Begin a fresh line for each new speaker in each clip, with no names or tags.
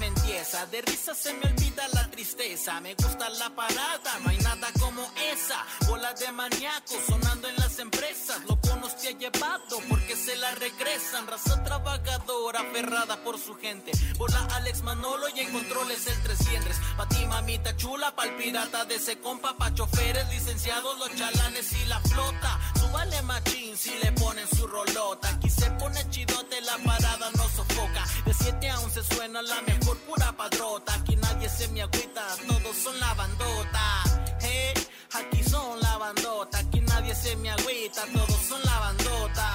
cerveza, de risa se me olvida la tristeza. Me gusta la parada, no hay nada como esa. Bolas de maníaco sonando en las empresas. Loco nos te ha llevado porque se la regresan. Raza trabajadora, aferrada por su gente. Bola Alex Manolo y en controles el 300. Pa' ti, mamita chula, pa'l pirata de ese compa. Pa' choferes, licenciados, los chalanes y la flota. Súbale machín si le ponen su rolota. Aquí se pone chidote, la parada no sofoca. De 7 a 11 suena la mejor pura padrota. Aquí nadie se me agüita, todos son la bandota. Hey, aquí son la bandota. Aquí nadie se me agüita, todos son la bandota.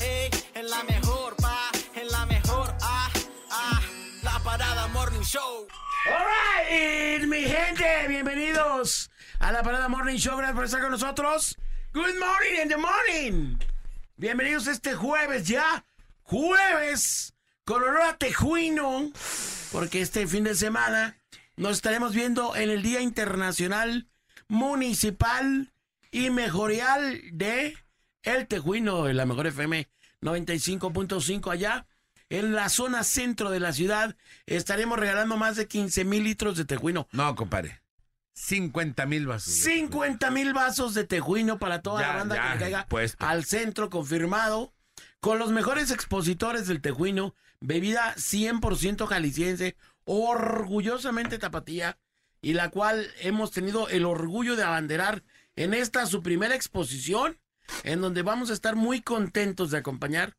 Hey, en la mejor, pa, en la mejor, ah, ah. La parada Morning Show.
Alright, mi gente, bienvenidos a la Parada Morning Show. Gracias por estar con nosotros. Good morning in the morning. Bienvenidos este jueves ya. Jueves con olor a tejuino. Porque este fin de semana nos estaremos viendo en el Día Internacional Municipal y Mejorial de El Tejuino, en la mejor FM 95.5 allá. En la zona centro de la ciudad estaremos regalando más de 15 mil litros de tejuino.
No, compadre. 50 mil vasos.
50 mil vasos de tejuino para toda
Ya,
la banda
ya, pues,
que le caiga
puesto.
al centro confirmado. Con los mejores expositores del tejuino, bebida 100% jalisciense, orgullosamente tapatía, y la cual hemos tenido el orgullo de abanderar en esta su primera exposición, en donde vamos a estar muy contentos de acompañar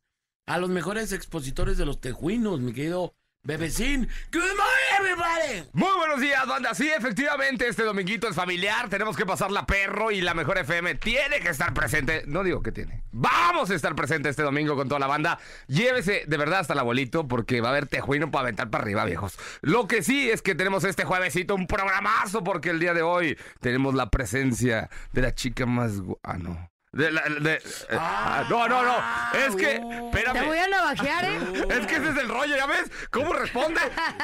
a los mejores expositores de los tejuinos, mi querido bebecín. Good morning, everybody.
Muy buenos días, banda. Sí, efectivamente, este dominguito es familiar. Tenemos que pasarla perro y la mejor FM tiene que estar presente. No digo que tiene. Vamos a estar presente este domingo con toda la banda. Llévese de verdad hasta el abuelito porque va a haber tejuino para aventar para arriba, viejos. Lo que sí es que tenemos este juevesito un programazo porque el día de hoy tenemos la presencia de la chica más... gu- Ah, no. De la- de- eh, ah, no, no, no. Es que... Espérame.
Te voy a navajear, ¿eh?
Es que ese es el rollo, ¿ya ves? ¿Cómo responde?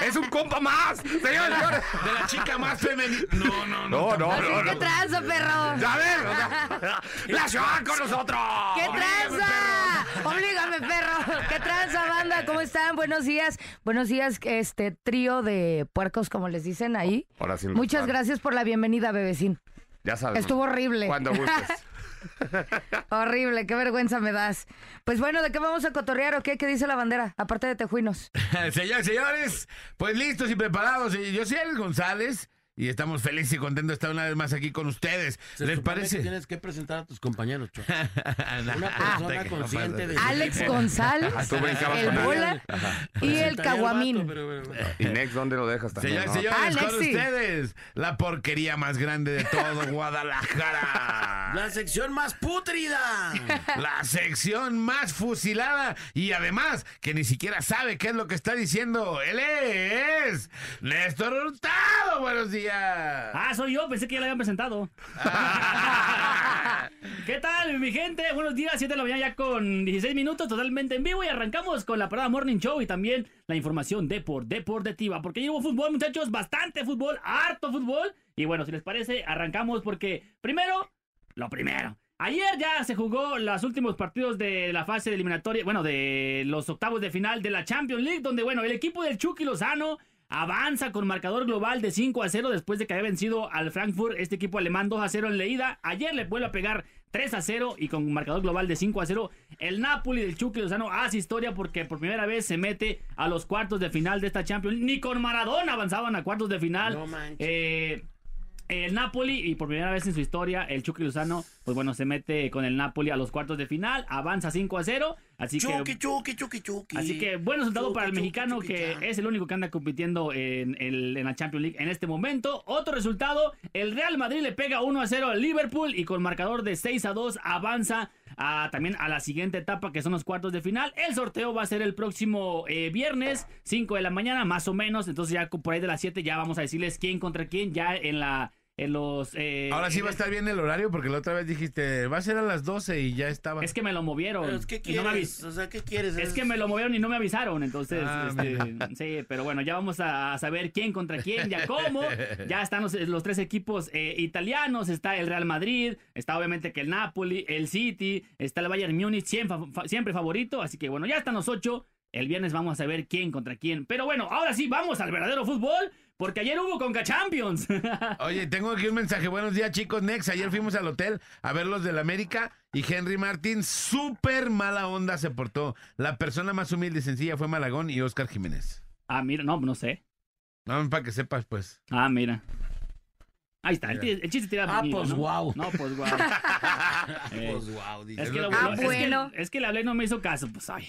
Es un compa más. Señores, señores.
De la chica más femenina. No, no, no.
No, no,
Así
no.
¿Qué
no.
tranza, perro?
Ya ves, o sea, la Joan con nosotros.
¿Qué
Oblígame, perro.
tranza? Oblígame, perro. ¿Qué tranza, banda? ¿Cómo están? Buenos días. Buenos días, este trío de puercos, como les dicen ahí.
Ahora sí me
Muchas
gustaron.
gracias por la bienvenida, bebecín.
Ya sabes.
Estuvo horrible.
Cuando gustes.
Horrible, qué vergüenza me das. Pues bueno, ¿de qué vamos a cotorrear o qué? ¿Qué dice la bandera? Aparte de tejuinos.
Señores, señores, pues listos y preparados. Y Yo soy Alex González y estamos felices y contentos de estar una vez más aquí con ustedes.
Se
¿Les
supone que
parece?
tienes que presentar a tus compañeros, Choco. Una
Ah,
persona
te-
consciente de...
Alex González,
Ah, tú brincabas
el
con
bola
Pues
y el caguamín.
Y Nex, ¿dónde lo dejas también?
Señoras
no?
y
Ah,
señores, con
Alexi.
ustedes, la porquería más grande de todo Guadalajara.
La sección más pútrida.
La sección más fusilada y además que ni siquiera sabe qué es lo que está diciendo. Él es Néstor Hurtado. Buenos días.
Ah, soy yo, pensé que ya lo habían presentado.
Ah.
¿Qué tal, mi gente? Buenos días, 7 de la mañana ya con 16 minutos, totalmente en vivo y arrancamos con la parada Morning Show y también la información depor, deportiva, porque llevo fútbol, muchachos, bastante fútbol, harto fútbol. Y bueno, si les parece, arrancamos porque primero, lo primero. Ayer ya se jugó los últimos partidos de la fase de eliminatoria, bueno, de los octavos de final de la Champions League, donde, bueno, el equipo del Chucky Lozano avanza con marcador global de 5 a 0 después de que había vencido al Frankfurt, este equipo alemán 2 a 0 en leída. Ayer le vuelve a pegar 3 a 0 y con marcador global de 5 a 0, el Napoli del Chucky Lozano hace historia porque por primera vez se mete a los cuartos de final de esta Champions League. Ni con Maradona avanzaban a cuartos de final.
No manches.
Eh, el Napoli, y por primera vez en su historia, el Chucky Lozano, pues bueno, se mete con el Napoli a los cuartos de final, avanza 5 a 0. Así
Chuki,
que,
chuki, chuki, chuki.
así que buen resultado
Chucky,
para el
Chucky,
mexicano
Chucky,
que
ya.
es el único que anda compitiendo en, el- en la Champions League en este momento. Otro resultado, el Real Madrid le pega 1 a 0 al Liverpool y con marcador de 6 a 2 avanza a- también a la siguiente etapa que son los cuartos de final. El sorteo va a ser el próximo eh, viernes, 5 de la mañana más o menos. Entonces ya por ahí de las 7 ya vamos a decirles quién contra quién ya en la... En los, eh,
Ahora sí
en
va a estar bien el horario porque la otra vez dijiste, va a ser a las 12 y ya estaba.
Es que me lo movieron.
Pero es que
y no me
quieres,
avis-
o sea, ¿qué quieres?
es que me lo movieron y no me avisaron, entonces,
Ah,
este, sí, pero bueno, ya vamos a, a saber quién contra quién, ya cómo, ya están los, los tres equipos eh, italianos, está el Real Madrid, está obviamente que el Napoli, el City, está el Bayern Múnich, siempre, fa- siempre favorito, así que bueno, ya están los ocho El viernes vamos a ver quién contra quién. Pero bueno, ahora sí, vamos al verdadero fútbol, porque ayer hubo Conca Champions.
Oye, tengo aquí un mensaje. Buenos días, chicos. Next, ayer fuimos al hotel a ver los del América y Henry Martín, súper mala onda se portó. La persona más humilde y sencilla fue Malagón y Oscar Jiménez.
ah, mira, no, no sé.
No, para que sepas, pues.
Ah, mira. Ahí está, el, el chiste tira
Ah, pues,
¿no?
guau.
No, pues guau. Eh, es, que lo
Ah,
bueno, es que-
bueno.
es que, le hablé y no me hizo caso, pues ay.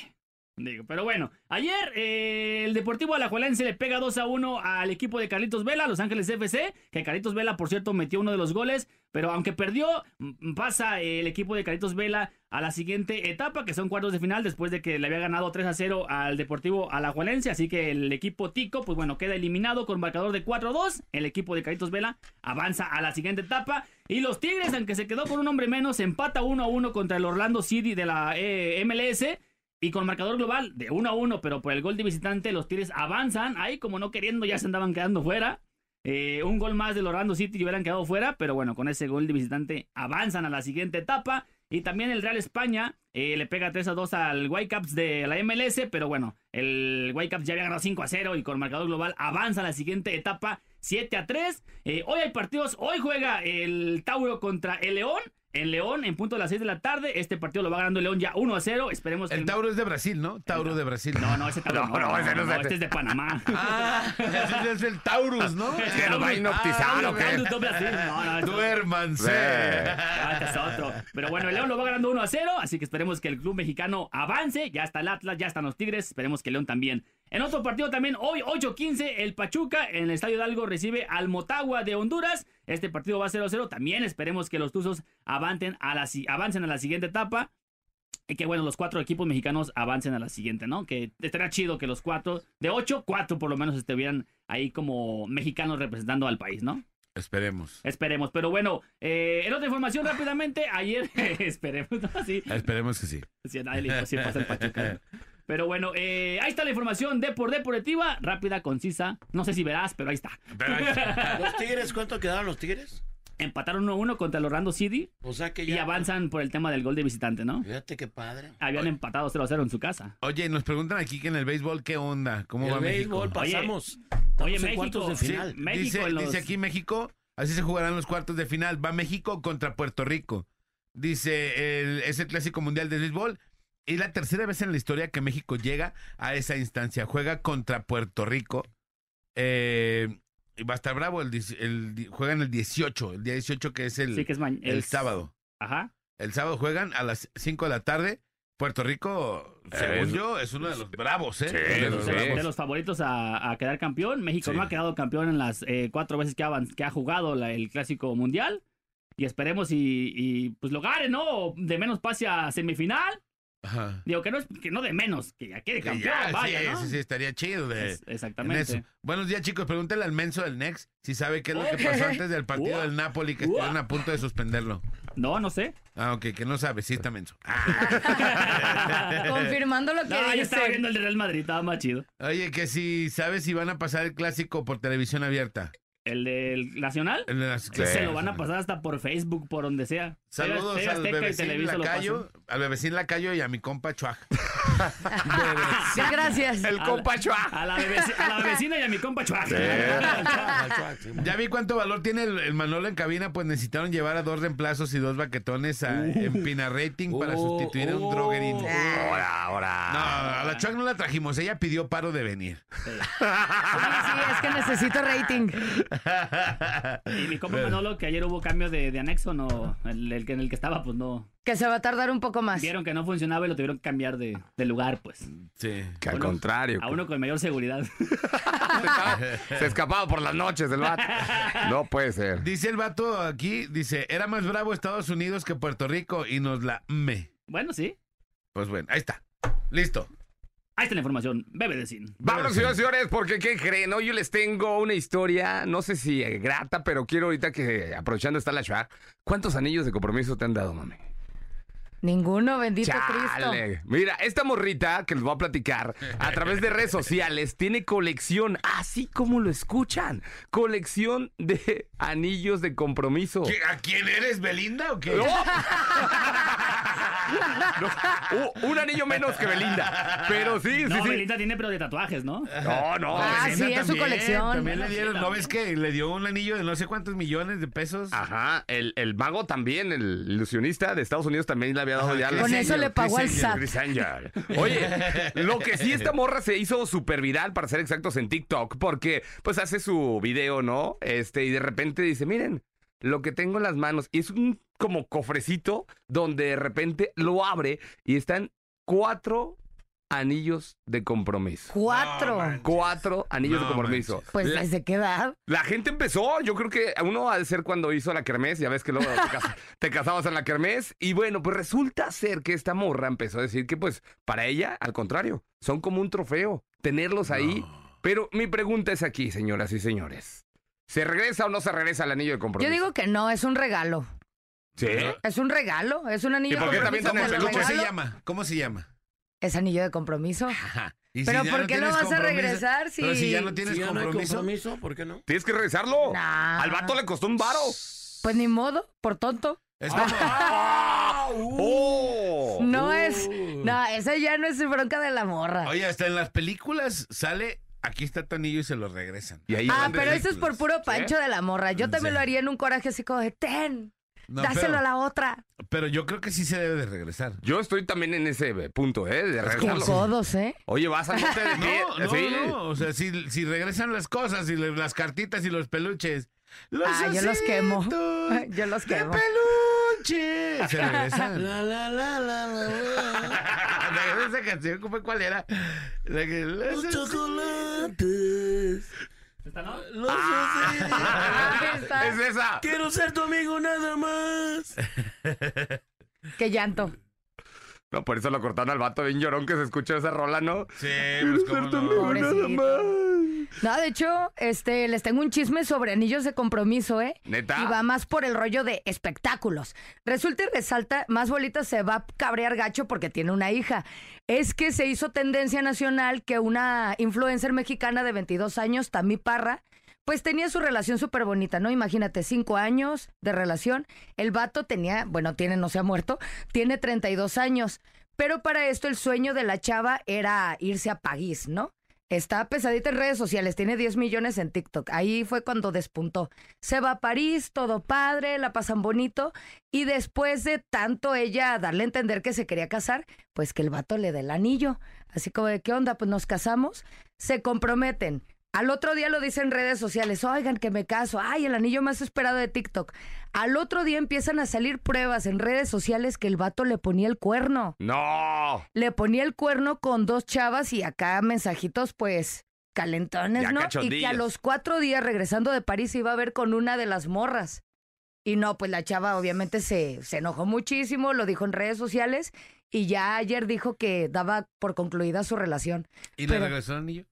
Digo, pero bueno, ayer eh, el Deportivo Alajuelense le pega 2 a 1 al equipo de Carlitos Vela, Los Ángeles FC, que Carlitos Vela, por cierto, metió uno de los goles, pero aunque perdió, mm, pasa eh, el equipo de Carlitos Vela a la siguiente etapa, que son cuartos de final, después de que le había ganado 3 a 0 al Deportivo Alajuelense, así que el equipo Tico, pues bueno, queda eliminado con marcador de 4 a 2, el equipo de Carlitos Vela avanza a la siguiente etapa, y los Tigres, aunque se quedó con un hombre menos, empata 1 a 1 contra el Orlando City de la eh, MLS. Y con marcador global de 1 a 1, pero por el gol de visitante, los Tigres avanzan. Ahí, como no queriendo, ya se andaban quedando fuera. Eh, un gol más del Orlando City y hubieran quedado fuera, pero bueno, con ese gol de visitante avanzan a la siguiente etapa. Y también el Real España eh, le pega 3 a 2 al Whitecaps de la MLS, pero bueno, el Whitecaps ya había ganado 5 a 0 y con marcador global avanza a la siguiente etapa 7 a 3. Eh, hoy hay partidos, hoy juega el Tauro contra el León. El León en punto de las 6 de la tarde, este partido lo va ganando el León ya 1 a 0. Esperemos que
El Tauro es de Brasil, ¿no? Tauro de Brasil.
No, no, ese Tauro
No,
no,
no, ese no es de-
este es de Panamá.
Ah, ese es el Taurus, ¿no?
Que nos va a
Ah.
hipnotizar, ¿o qué?
Orlando, todo Brasil. No, no, esto-
Duérmanse.
Eh.
Ah, este es otro. Pero bueno, el León lo va ganando 1 a 0, así que esperemos que el club mexicano avance. Ya está el Atlas, ya están los Tigres, esperemos que el León también. En otro partido también, hoy 8-15, el Pachuca en el Estadio Hidalgo recibe al Motagua de Honduras. Este partido va 0-0, también esperemos que los Tuzos avancen a la, si- avancen a la siguiente etapa. Y que bueno, los cuatro equipos mexicanos avancen a la siguiente, ¿no? Que estaría chido que los cuatro, de ocho, cuatro por lo menos estuvieran ahí como mexicanos representando al país, ¿no?
Esperemos.
Esperemos, pero bueno, eh, en otra información rápidamente, ayer, esperemos, ¿no? Sí,
Esperemos que sí.
sí, a él le dijo, sí, pasa el Pachuca. Pero bueno, eh, ahí está la información de por deportiva, rápida, concisa, no sé si verás, pero ahí está.
¿Los Tigres cuánto quedaron los Tigres?
Empataron 1-1 contra el Orlando City
O sea que
y avanzan por el tema del gol de visitante, ¿no?
Fíjate qué padre.
Habían empatado 0-0 en su casa.
Oye, y nos preguntan aquí que en el béisbol, ¿qué onda? ¿Cómo va
el
México?
béisbol
Oye,
pasamos.
Oye,
en
México,
cuartos de
sí,
final.
México
dice,
en los-
dice aquí México, así se jugarán los cuartos de final. Va México contra Puerto Rico. Dice, el- es el clásico mundial de béisbol. Y la tercera vez en la historia que México llega a esa instancia. Juega contra Puerto Rico. Eh, y va a estar bravo. El, dieci- el di- juegan el 18, el día 18 que es el,
sí, que es ma-
el sábado.
Ajá.
El sábado juegan a las 5 de la tarde. Puerto Rico, según
es-
yo, es uno de los bravos, ¿eh?
Sí,
de los
sí.
bravos.
de los favoritos a, a quedar campeón. México
Sí.
no ha quedado campeón en las eh, cuatro veces que ha, avan- que ha jugado la- el Clásico Mundial. Y esperemos y, y, pues lo gane, ¿no? O De menos pase a semifinal.
Ajá.
Digo, que no, es, que no de menos, que ya quede
Que
campeón,
ya,
vaya,
sí,
¿no?
sí, sí, estaría chido de,
Es-
en eso.
exactamente.
Buenos días, chicos. Pregúntale al menso del Next si sabe qué es lo que pasó antes del partido del Napoli que estuvieron a punto de suspenderlo.
No, no sé.
Ah, ok, que no sabe. Sí, está menso. Ah,
Confirmando lo que
No, yo estaba
dicen.
viendo el de Real Madrid, estaba más chido.
Oye, que si sabe si van a pasar el clásico por televisión abierta.
El del Nacional.
El de las-
Se lo van a pasar hasta por Facebook, por donde sea.
Saludos
Tele
al
Azteca y
bebecín
Televisa lo
Lacayo, al bebecín Lacayo y a mi compa Chuaj.
Sí, gracias.
El
pasan.
compa Chua.
A la, a la bebeci- a la vecina y a mi compa Chua.
Ya vi cuánto valor tiene el, el Manolo en cabina, pues necesitaron llevar a dos reemplazos y dos baquetones
Uh.
a, en Pina Rating para
Oh,
sustituir a un
oh.
droguerín.
Ahora,
No,
ahora.
a la Chuac no la trajimos, ella pidió paro de venir.
Oye, sí, es que necesito rating.
Y mi
Eh.
compa Manolo, que ayer hubo cambio de, de anexo, no, el, el que en el que estaba, pues no.
Que se va a tardar un poco más.
Vieron que no funcionaba y lo tuvieron que cambiar de, de lugar, pues.
Sí.
Que al
Uno-
contrario.
A uno con mayor seguridad.
Se escapaba por las noches el vato. No puede ser.
Dice el vato aquí, dice, era más bravo Estados Unidos que Puerto Rico y nos la me.
Bueno, sí.
Pues bueno, ahí está. Listo.
Ahí está la información. Bebe de sin.
Vámonos, señores, señores, porque ¿qué creen? Hoy yo les tengo una historia, no sé si eh, grata, pero quiero ahorita que, aprovechando está la Shua, ¿cuántos anillos de compromiso te han dado, mami?
Ninguno, bendito Cristo.
Chale. Mira, esta morrita que les voy a platicar a través de redes sociales tiene colección, así como lo escuchan, colección de anillos de compromiso.
¿Qué- ¿A quién eres, Belinda o qué?
¡No!
Ah,
No, u- un anillo menos que Belinda. Pero sí, sí,
No,
sí.
Belinda tiene pero de tatuajes, ¿no?
No, no.
Ah,
Belinda.
sí, es su colección.
También le dieron, ¿no ves que le dio un anillo de no sé cuántos millones de pesos?
Ajá, el, el mago también, el ilusionista de Estados Unidos también le había dado
Ajá,
ya
Chris
los-
Con eso
Angel,
le pagó al
Chris
SAT.
Chris Angel. Oye, lo que sí esta morra se hizo súper viral, para ser exactos, en TikTok, porque pues hace su video, ¿no? Este, y de repente dice, miren, lo que tengo en las manos. Y es un como cofrecito donde de repente lo abre y están cuatro anillos de compromiso.
Cuatro.
Cuatro anillos
No
de compromiso.
pues
La-
desde qué edad.
la gente empezó, yo creo que uno al ser cuando hizo la kermés, ya ves que luego te, cas- te casabas en la kermés, y bueno, pues resulta ser que esta morra empezó a decir que pues para ella, al contrario, son como un trofeo, tenerlos ahí. Pero mi pregunta es aquí, señoras y señores. ¿Se regresa o no se regresa el anillo de compromiso?
Yo digo que no, es un regalo.
¿Sí?
Es un regalo, es un anillo
por qué
de
también
compromiso.
tiene
te lo
peluche?
¿Cómo se
regalo.
llama? ¿Cómo se llama?
Es anillo de compromiso.
Ajá. Ah, Y
Pero
ya
¿por qué lo
tienes
vas a
compromiso-
regresar si-
Pero si ya no
Si
tienes
ya no hay
compromiso,
compromiso, ¿por qué no?
¿Tienes que regresarlo?
Nah.
Al vato le costó un varo. Ah.
Pues ni modo, por tonto.
es como... Ah,
¡Oh!
Uh.
No es. No, esa ya no es bronca de la morra.
Oye, hasta en las películas sale, aquí está tu anillo y se lo regresan. ¿Eh?
Y ahí
ah,
van de-
pero eso es por
ridículos.
puro pancho de la morra. Yo
Sí.
también lo haría en un coraje así como de ten,
No,
dáselo
pero,
a la otra.
pero yo creo que sí se debe de regresar.
Yo estoy también en ese punto, ¿eh? De
Qué
regresarlo.
codos, ¿eh?
Oye, vas al norte de qué?
No, no,
Sí.
no. O sea, si, si regresan las cosas y le- las cartitas y los peluches. Los
Ah, yo los quemo.
ositos
Yo los
de
quemo.
peluche. Se regresan.
La, la, la, la, la, la.
Ah, Esa canción, ¿cómo fue? ¿cuál era? La que- los
Los
ositos.
chocolates.
¿Esta no?
Los ositos.
Ah, está.
Es esa.
Quiero ser tu amigo nada más.
Qué llanto.
No, por eso lo cortaron al vato bien llorón que se escuchó esa rola, ¿no?
Sí, pues cómo no.
Pobrecito.
más.
No, de hecho, este, les tengo un chisme sobre anillos de compromiso, ¿eh?
¿Neta?
Y va más por el rollo de espectáculos. Resulta y resalta, más bolita se va a cabrear gacho porque tiene una hija. Es que se hizo tendencia nacional que una influencer mexicana de 22 años, Tammy Parra, pues tenía su relación súper bonita, ¿no? Imagínate, cinco años de relación. El vato tenía, bueno, tiene, no se ha muerto, tiene 32 años. Pero para esto el sueño de la chava era irse a París, ¿no? Está pesadita en redes sociales, tiene 10 millones en TikTok. Ahí fue cuando despuntó. Se va a París, todo padre, la pasan bonito. Y después de tanto ella darle a entender que se quería casar, pues que el vato le dé el anillo. Así como de, ¿qué onda? Pues nos casamos. Se comprometen. Al otro día lo dicen en redes sociales, oigan que me caso, ay, el anillo más esperado de TikTok. Al otro día empiezan a salir pruebas en redes sociales que el vato le ponía el cuerno
No.
le ponía el cuerno con dos chavas y acá mensajitos, pues, calentones,
Ya
¿no? Y que
cachondillos.
a los cuatro días regresando de París se iba a ver con una de las morras. Y no, pues la chava obviamente se, se enojó muchísimo, lo dijo en redes sociales y ya ayer dijo que daba por concluida su relación.
¿Y le
Pero-
regresó el anillo?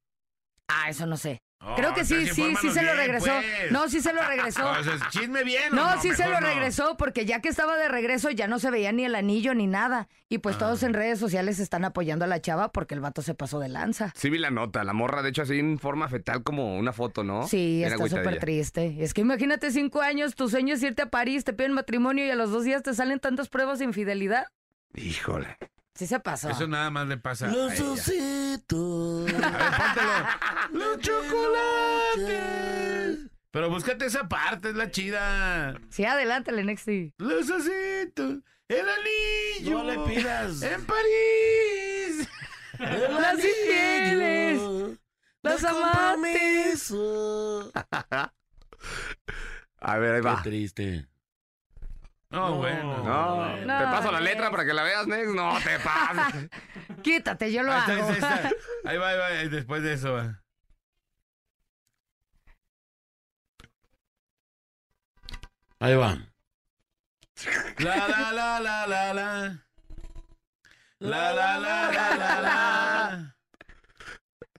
Ah, eso no sé.
Oh,
Creo que sí,
entonces
sí, sí
infórmanos
se lo
bien,
regresó.
pues.
No, sí se lo regresó.
O sea, chisme bien. ¿o
No, sí se lo
Mejor no.
regresó porque ya que estaba de regreso ya no se veía ni el anillo ni nada. Y pues todos
Ah.
en redes sociales están apoyando a la chava porque el vato se pasó de lanza.
Sí vi la nota, la morra, de hecho, así en forma fetal como una foto, ¿no?
Sí,
Bien
está
agüitadilla.
súper triste. Es que imagínate cinco años, tu sueño es irte a París, te piden matrimonio y a los dos días te salen tantas pruebas de infidelidad.
Híjole.
Sí se pasó.
Eso nada más le pasa. a
Los
ella. Ah,
ositos.
Los chocolates. Pero búscate esa parte, es la chida.
Sí, adelante, Lenexi.
Los ositos. El anillo.
No le pidas.
En París.
Las infieles. Las amantes.
A ver, ahí va.
triste.
No, bueno.
No,
No,
te paso la
Nex.
letra para que la veas, Nex. No, te pases.
Quítate, yo lo
Ahí, está,
hago.
ahí, está, ahí está. Ahí va, ahí va. eh, Después de eso va.
Ahí va.
La la la la la la. La la la la la la.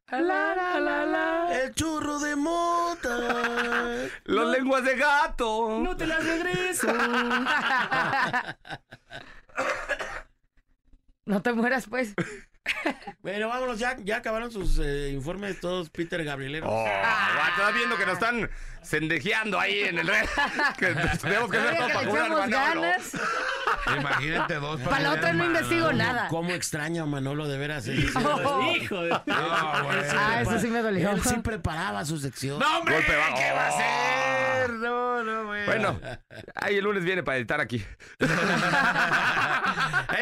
La, la, la, la.
El churro de mota.
Los lenguas de gato.
No te las regreso.
No te mueras, pues.
bueno, vámonos, ya, ya acabaron sus eh, informes todos Peter Gabrielero.
Oh, va, estás viendo que nos están sendejeando ahí en el red. que tenemos que hacer todo
Oye, que
para
le
curar,
echamos
hermano, ¿no?
ganas.
Imagínate dos
Para la otra no
familias,
investigo
mano.
nada.
¿Cómo extraño a Manolo de veras? eh?
Oh.
Hijo de...
No, güey.
Él sí
Ah, eso
prepara-
sí me dolió.
Él sí preparaba su sección.
No, hombre,
Golpe bajo.
¿qué va a ser? No, no, güey.
Bueno, ahí el lunes viene para editar aquí.
Él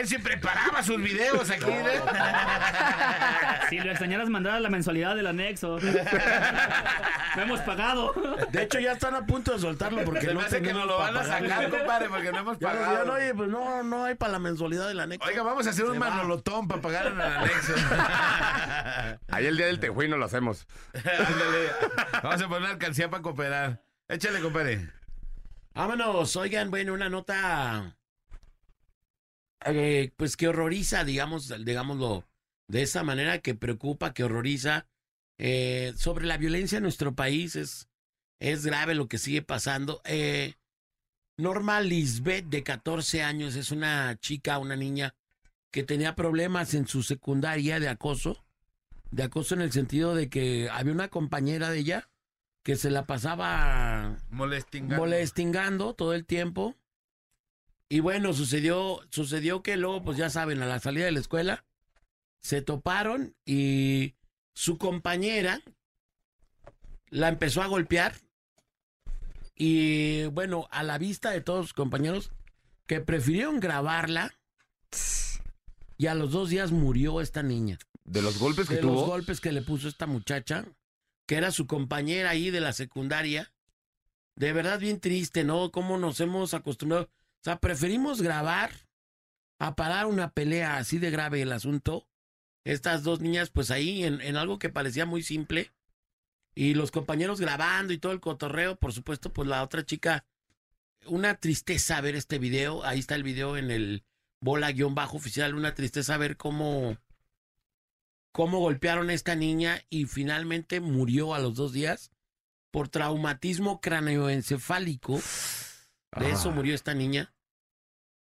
sí
Ah,
preparaba sus videos aquí, ¿eh?
Si lo extrañaras, mandaras la mensualidad del anexo. Lo hemos pagado.
De hecho, ya están a punto de soltarlo porque
Se
no
me hace que
tenemos
nos lo
pa'
van a
pagar.
sacar, compadre, porque no hemos
Ya nos dijeron,
pagado.
oye, pues no, no hay para la mensualidad del anexo.
Oiga, vamos a hacer un
va.
manolotón para pagar en el anexo.
Ahí el día del tejuino lo hacemos.
Ándale. vamos a poner una alcancía para cooperar. Échale, compadre.
Vámonos, oigan, bueno, una nota eh, pues que horroriza, digamos, digámoslo de esa manera, que preocupa, que horroriza eh, sobre la violencia en nuestro país. Es, es grave lo que sigue pasando. Eh, Norma Lisbeth, de 14 años, es una chica, una niña que tenía problemas en su secundaria de acoso. De acoso en el sentido de que había una compañera de ella que se la pasaba
Molesting.
molestingando todo el tiempo. Y bueno, sucedió, sucedió que luego, pues ya saben, a la salida de la escuela, se toparon y su compañera la empezó a golpear. Y bueno, a la vista de todos sus compañeros que prefirieron grabarla. Y a los dos días murió esta niña.
De los golpes que
de
tuvo.
los golpes que le puso esta muchacha, que era su compañera ahí de la secundaria. De verdad bien triste, ¿no? Cómo nos hemos acostumbrado. O sea, preferimos grabar a parar una pelea así de grave el asunto. Estas dos niñas, pues ahí en, en algo que parecía muy simple. Y los compañeros grabando y todo el cotorreo, por supuesto, pues la otra chica. Una tristeza ver este video. Ahí está el video en el bola-oficial. Una tristeza ver cómo cómo golpearon a esta niña y finalmente murió a los dos días por traumatismo cráneoencefálico. De eso murió esta niña.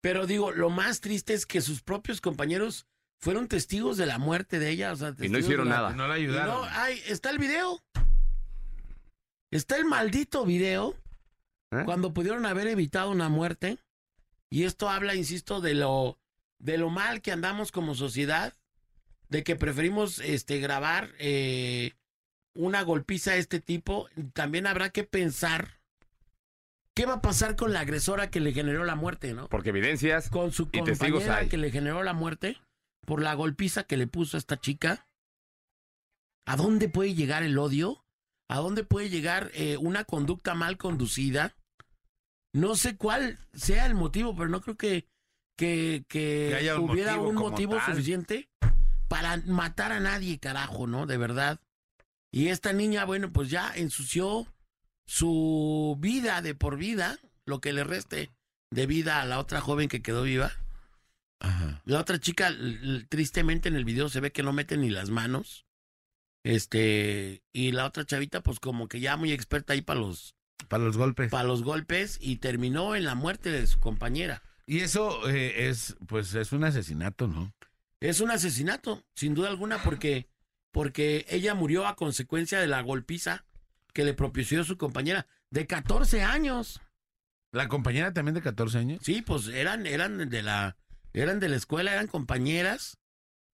Pero digo, lo más triste es que sus propios compañeros fueron testigos de la muerte de ella. o sea,
Y
testigos
no
de
hicieron
la-
nada.
No la
y
ayudaron.
no, ay, está el video. Está el maldito video.
¿Eh?
Cuando pudieron haber evitado una muerte. Y esto habla, insisto, de lo, de lo mal que andamos como sociedad. De que preferimos este, grabar eh, una golpiza de este tipo. También habrá que pensar qué va a pasar con la agresora que le generó la muerte, ¿no?
Porque evidencias.
con su
Y testigos
compañera
hay.
que le generó la muerte por la golpiza que le puso a esta chica. ¿A dónde puede llegar el odio? ¿A dónde puede llegar eh, una conducta mal conducida? No sé cuál sea el motivo, pero no creo que, que, que
Que haya un
hubiera
motivo
un
como
motivo
tal.
suficiente para matar a nadie, carajo, ¿no? De verdad. Y esta niña, bueno, pues ya ensució su vida de por vida, lo que le reste de vida a la otra joven que quedó viva. La otra chica, l- l- tristemente en el video se ve que no mete ni las manos. Este, y la otra chavita, pues como que ya muy experta ahí para los,
Para los golpes.
para los golpes y terminó en la muerte de su compañera.
Y eso eh, es, pues, es un asesinato, ¿no?
Es un asesinato, sin duda alguna, porque, porque ella murió a consecuencia de la golpiza que le propició su compañera de 14 años.
La compañera también de 14 años.
Sí, pues eran, eran de la, eran de la escuela, eran compañeras.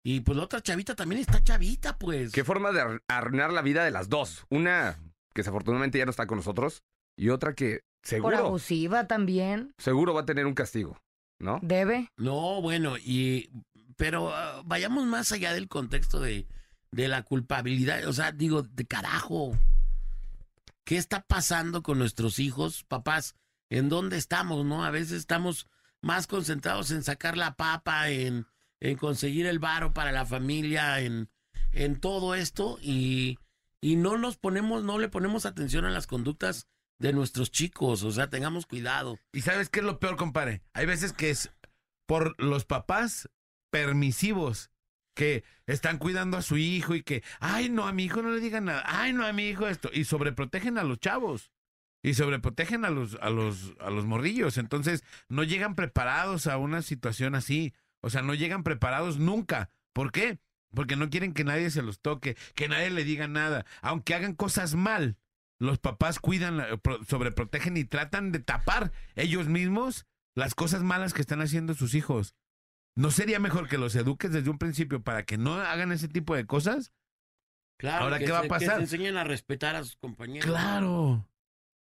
Y pues la otra chavita también está chavita, pues.
Qué forma de ar- arruinar la vida de las dos. Una que desafortunadamente ya no está con nosotros. Y otra que
Por
seguro,
abusiva también.
seguro va a tener un castigo. ¿No?
Debe.
No, bueno, y pero ah, vayamos más allá del contexto de, de la culpabilidad. O sea, digo, de carajo. ¿Qué está pasando con nuestros hijos, papás? ¿En dónde estamos, no? A veces estamos más concentrados en sacar la papa, en, en conseguir el varo para la familia, en, en todo esto, y, y no nos ponemos, no le ponemos atención a las conductas de nuestros chicos. O sea, tengamos cuidado.
¿Y sabes qué es lo peor, compadre? Hay veces que es por los papás permisivos que están cuidando a su hijo y que, ay, no, a mi hijo no le digan nada, ay, no, a mi hijo esto. Y sobreprotegen a los chavos. Y sobreprotegen a los, a los, a los morrillos. Entonces, no llegan preparados a una situación así. O sea, no llegan preparados nunca. ¿Por qué? Porque no quieren que nadie se los toque, que nadie le diga nada. Aunque hagan cosas mal, los papás cuidan, la- pro- sobreprotegen y tratan de tapar ellos mismos las cosas malas que están haciendo sus hijos. ¿No sería mejor que los eduques desde un principio para que no hagan ese tipo de cosas?
Claro,
Ahora,
que
¿qué va a
se- Que
pasar?
se enseñen a respetar a sus compañeros.
Claro.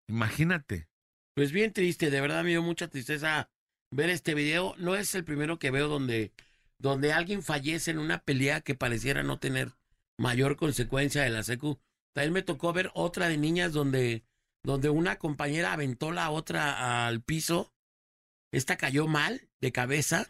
Imagínate.
Pues bien triste, de verdad me dio mucha tristeza ver este video. No es el primero que veo donde, donde alguien fallece en una pelea que pareciera no tener mayor consecuencia de la secu. También me tocó ver otra de niñas donde, donde una compañera aventó la otra al piso. Esta cayó mal de cabeza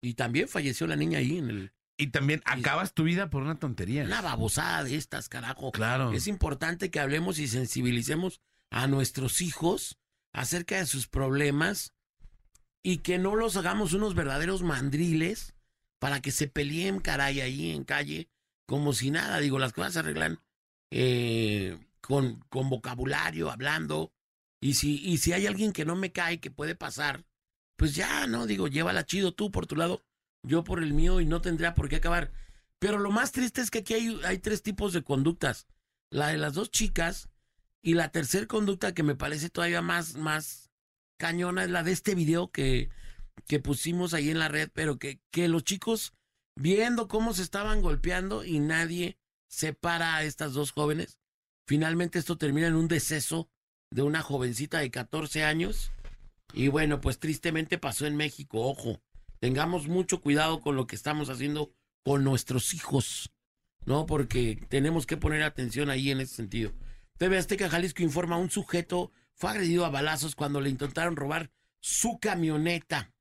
y también falleció la niña ahí en el,
Y también
Y-
acabas tu vida por una tontería.
una babosada de estas, carajo.
Claro.
Es importante que hablemos y sensibilicemos a nuestros hijos acerca de sus problemas y que no los hagamos unos verdaderos mandriles para que se peleen, caray, ahí en calle, como si nada. Digo, las cosas se arreglan eh, con, con vocabulario, hablando. Y si, y si hay alguien que no me cae, que puede pasar, pues ya, ¿no? Digo, llévala chido tú por tu lado, yo por el mío y no tendría por qué acabar. Pero lo más triste es que aquí hay, hay tres tipos de conductas la de las dos chicas y la tercer conducta que me parece todavía más más cañona es la de este video que que pusimos ahí en la red, pero que que los chicos viendo cómo se estaban golpeando y nadie separa a estas dos jóvenes. Finalmente esto termina en un deceso de una jovencita de 14 años y bueno, pues tristemente pasó en México, ojo. Tengamos mucho cuidado con lo que estamos haciendo con nuestros hijos. No, porque tenemos que poner atención ahí en ese sentido. TV Azteca Jalisco informa, un sujeto fue agredido a balazos cuando le intentaron robar su camioneta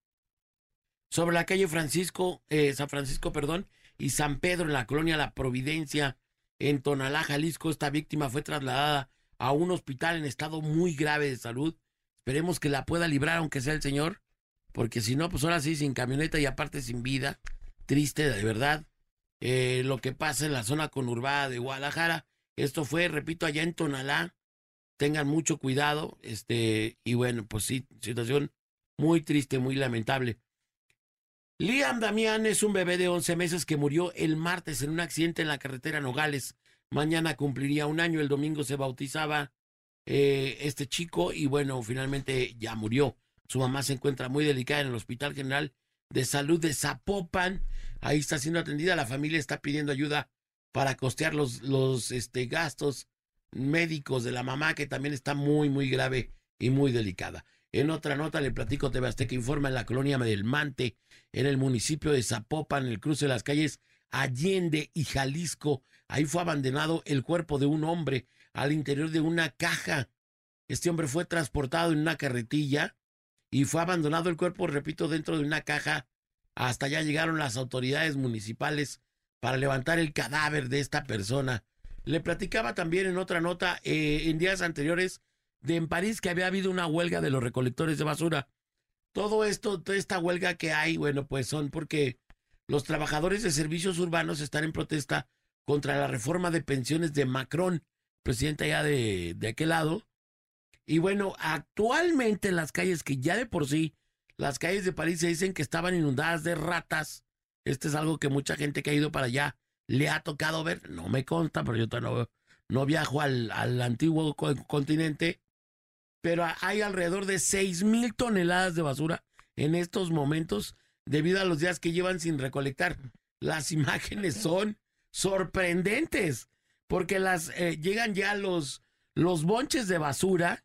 sobre la calle Francisco, eh, San Francisco, perdón, y San Pedro en la colonia La Providencia, en Tonalá, Jalisco. Esta víctima fue trasladada a un hospital en estado muy grave de salud. Esperemos que la pueda librar, aunque sea el señor, porque si no, pues ahora sí, sin camioneta y aparte sin vida. Triste, de verdad eh, lo que pasa en la zona conurbada de Guadalajara. Esto fue, repito, allá en Tonalá. Tengan mucho cuidado. Este, y bueno, pues sí, situación muy triste, muy lamentable. Liam Damián es un bebé de 11 meses que murió el martes en un accidente en la carretera Nogales. Mañana cumpliría un año, el domingo se bautizaba eh, este chico y bueno, finalmente ya murió. Su mamá se encuentra muy delicada en el Hospital General de Salud de Zapopan ahí está siendo atendida, la familia está pidiendo ayuda para costear los, los este, gastos médicos de la mamá, que también está muy, muy grave y muy delicada. En otra nota le platico TV Azteca informa en la colonia del Mante, en el municipio de Zapopan, en el cruce de las calles Allende y Jalisco. Ahí fue abandonado el cuerpo de un hombre al interior de una caja. Este hombre fue transportado en una carretilla y fue abandonado el cuerpo, repito, dentro de una caja hasta allá llegaron las autoridades municipales para levantar el cadáver de esta persona. Le platicaba también en otra nota eh, en días anteriores de en París que había habido una huelga de los recolectores de basura. Todo esto, toda esta huelga que hay, bueno, pues son porque los trabajadores de servicios urbanos están en protesta contra la reforma de pensiones de Macron, presidente allá de, de aquel lado. Y bueno, actualmente en las calles que ya de por sí las calles de París se dicen que estaban inundadas de ratas. Este es algo que mucha gente que ha ido para allá le ha tocado ver. No me consta, pero yo todavía no, no viajo al, al antiguo co- continente. Pero a- hay alrededor de 6 mil toneladas de basura en estos momentos debido a los días que llevan sin recolectar. Las imágenes son sorprendentes porque las eh, llegan ya los, los bonches de basura,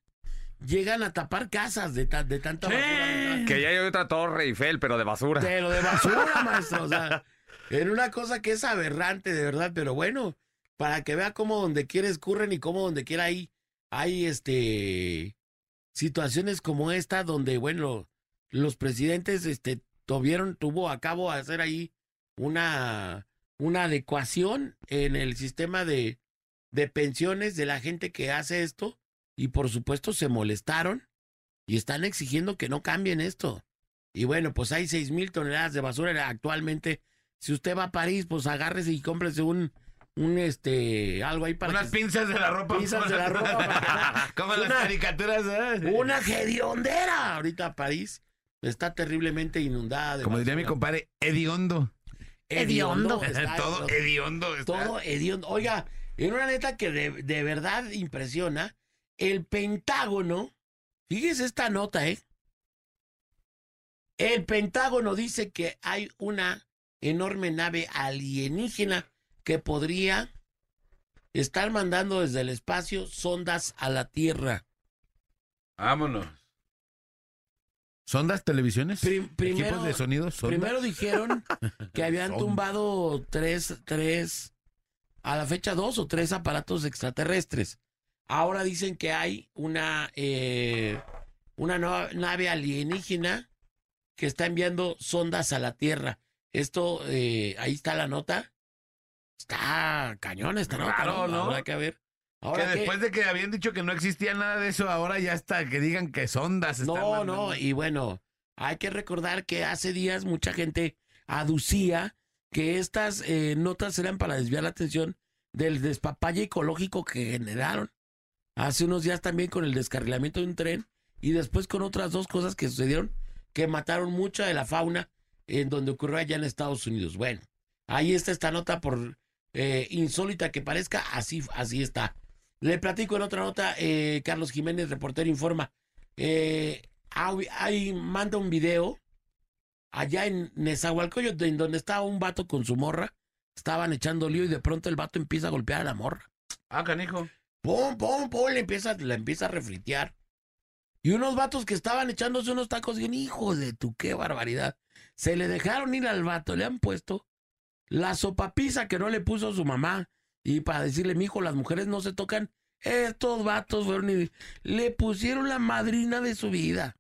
llegan a tapar casas de, ta- de tanta basura.
Que ya hay otra torre Eiffel, pero de basura.
Pero de basura, maestro. O sea, en una cosa que es aberrante, de verdad. Pero bueno, para que vea cómo donde quiera escurren y cómo donde quiera hay, hay este situaciones como esta donde, bueno, los presidentes este, tuvieron, tuvo a cabo hacer ahí una, una adecuación en el sistema de, de pensiones de la gente que hace esto y por supuesto se molestaron y están exigiendo que no cambien esto. Y bueno, pues hay seis mil toneladas de basura actualmente. Si usted va a París, pues agárrese y cómprese un, un este, algo ahí para
Unas
que-
pinzas de la ropa.
Pinzas de la ropa para
Como las
Una-
caricaturas. ¿eh?
una hediondera. Ahorita París está terriblemente inundada de
Como diría mi
basura.
compadre, hediondo.
Hediondo.
está
Todo
esto.
hediondo. está.
Todo hediondo. Oiga, en una neta que de, de verdad impresiona, el Pentágono, fíjese esta nota, ¿eh? El Pentágono dice que hay una enorme nave alienígena que podría estar mandando desde el espacio sondas a la Tierra.
Vámonos. ¿Sondas, televisiones?
Prim- primero-
¿Equipos de sonido? ¿Sondas?
Primero dijeron que habían
Sonda.
tumbado tres, tres, a la fecha dos o tres aparatos extraterrestres. Ahora dicen que hay una, eh, una nueva nave alienígena que está enviando sondas a la Tierra. Esto, eh, ahí está la nota. Está cañón esta nota.
Raro, ¿no?
Habrá que ver.
que
Ahora que-
después de que habían dicho que no existía nada de eso, ahora ya hasta que digan que sondas. están
No,
mandando.
no, y bueno, hay que recordar que hace días mucha gente aducía que estas eh, notas eran para desviar la atención del despapalle ecológico que generaron. Hace unos días también con el descarrilamiento de un tren y después con otras dos cosas que sucedieron que mataron mucha de la fauna en donde ocurrió allá en Estados Unidos. Bueno, ahí está esta nota por eh, insólita que parezca, así, así está. Le platico en otra nota, eh, Carlos Jiménez, reportero, informa eh, ahí- ahí manda un video allá en Nezahualcóyotl, en donde estaba un vato con su morra, estaban echando lío y de pronto el vato empieza a golpear a la morra.
Ah, canijo.
Pum, pum, pum, le empieza, la empieza a refritear. Y unos vatos que estaban echándose unos tacos, bien hijo de tu qué barbaridad. Se le dejaron ir al vato, le han puesto la sopapisa que no le puso su mamá. Y para decirle, mijo, las mujeres no se tocan. Estos vatos fueron y le pusieron la madrina de su vida.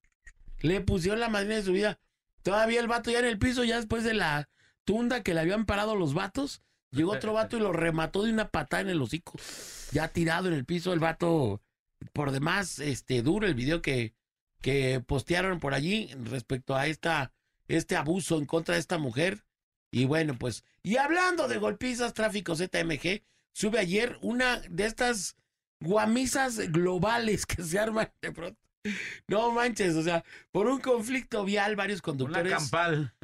Le pusieron la madrina de su vida. Todavía el vato ya en el piso, ya después de la tunda que le habían parado los vatos, llegó otro vato y lo remató de una patada en el hocico. Ya tirado en el piso, el vato, por demás, este, duro el video que, que postearon por allí respecto a esta, este abuso en contra de esta mujer. Y bueno, pues, y hablando de golpizas, E tráfico ZMG, sube ayer una de estas guamisas globales que se arman de pronto. No manches, o sea, por un conflicto vial, varios
Una
conductores
campal.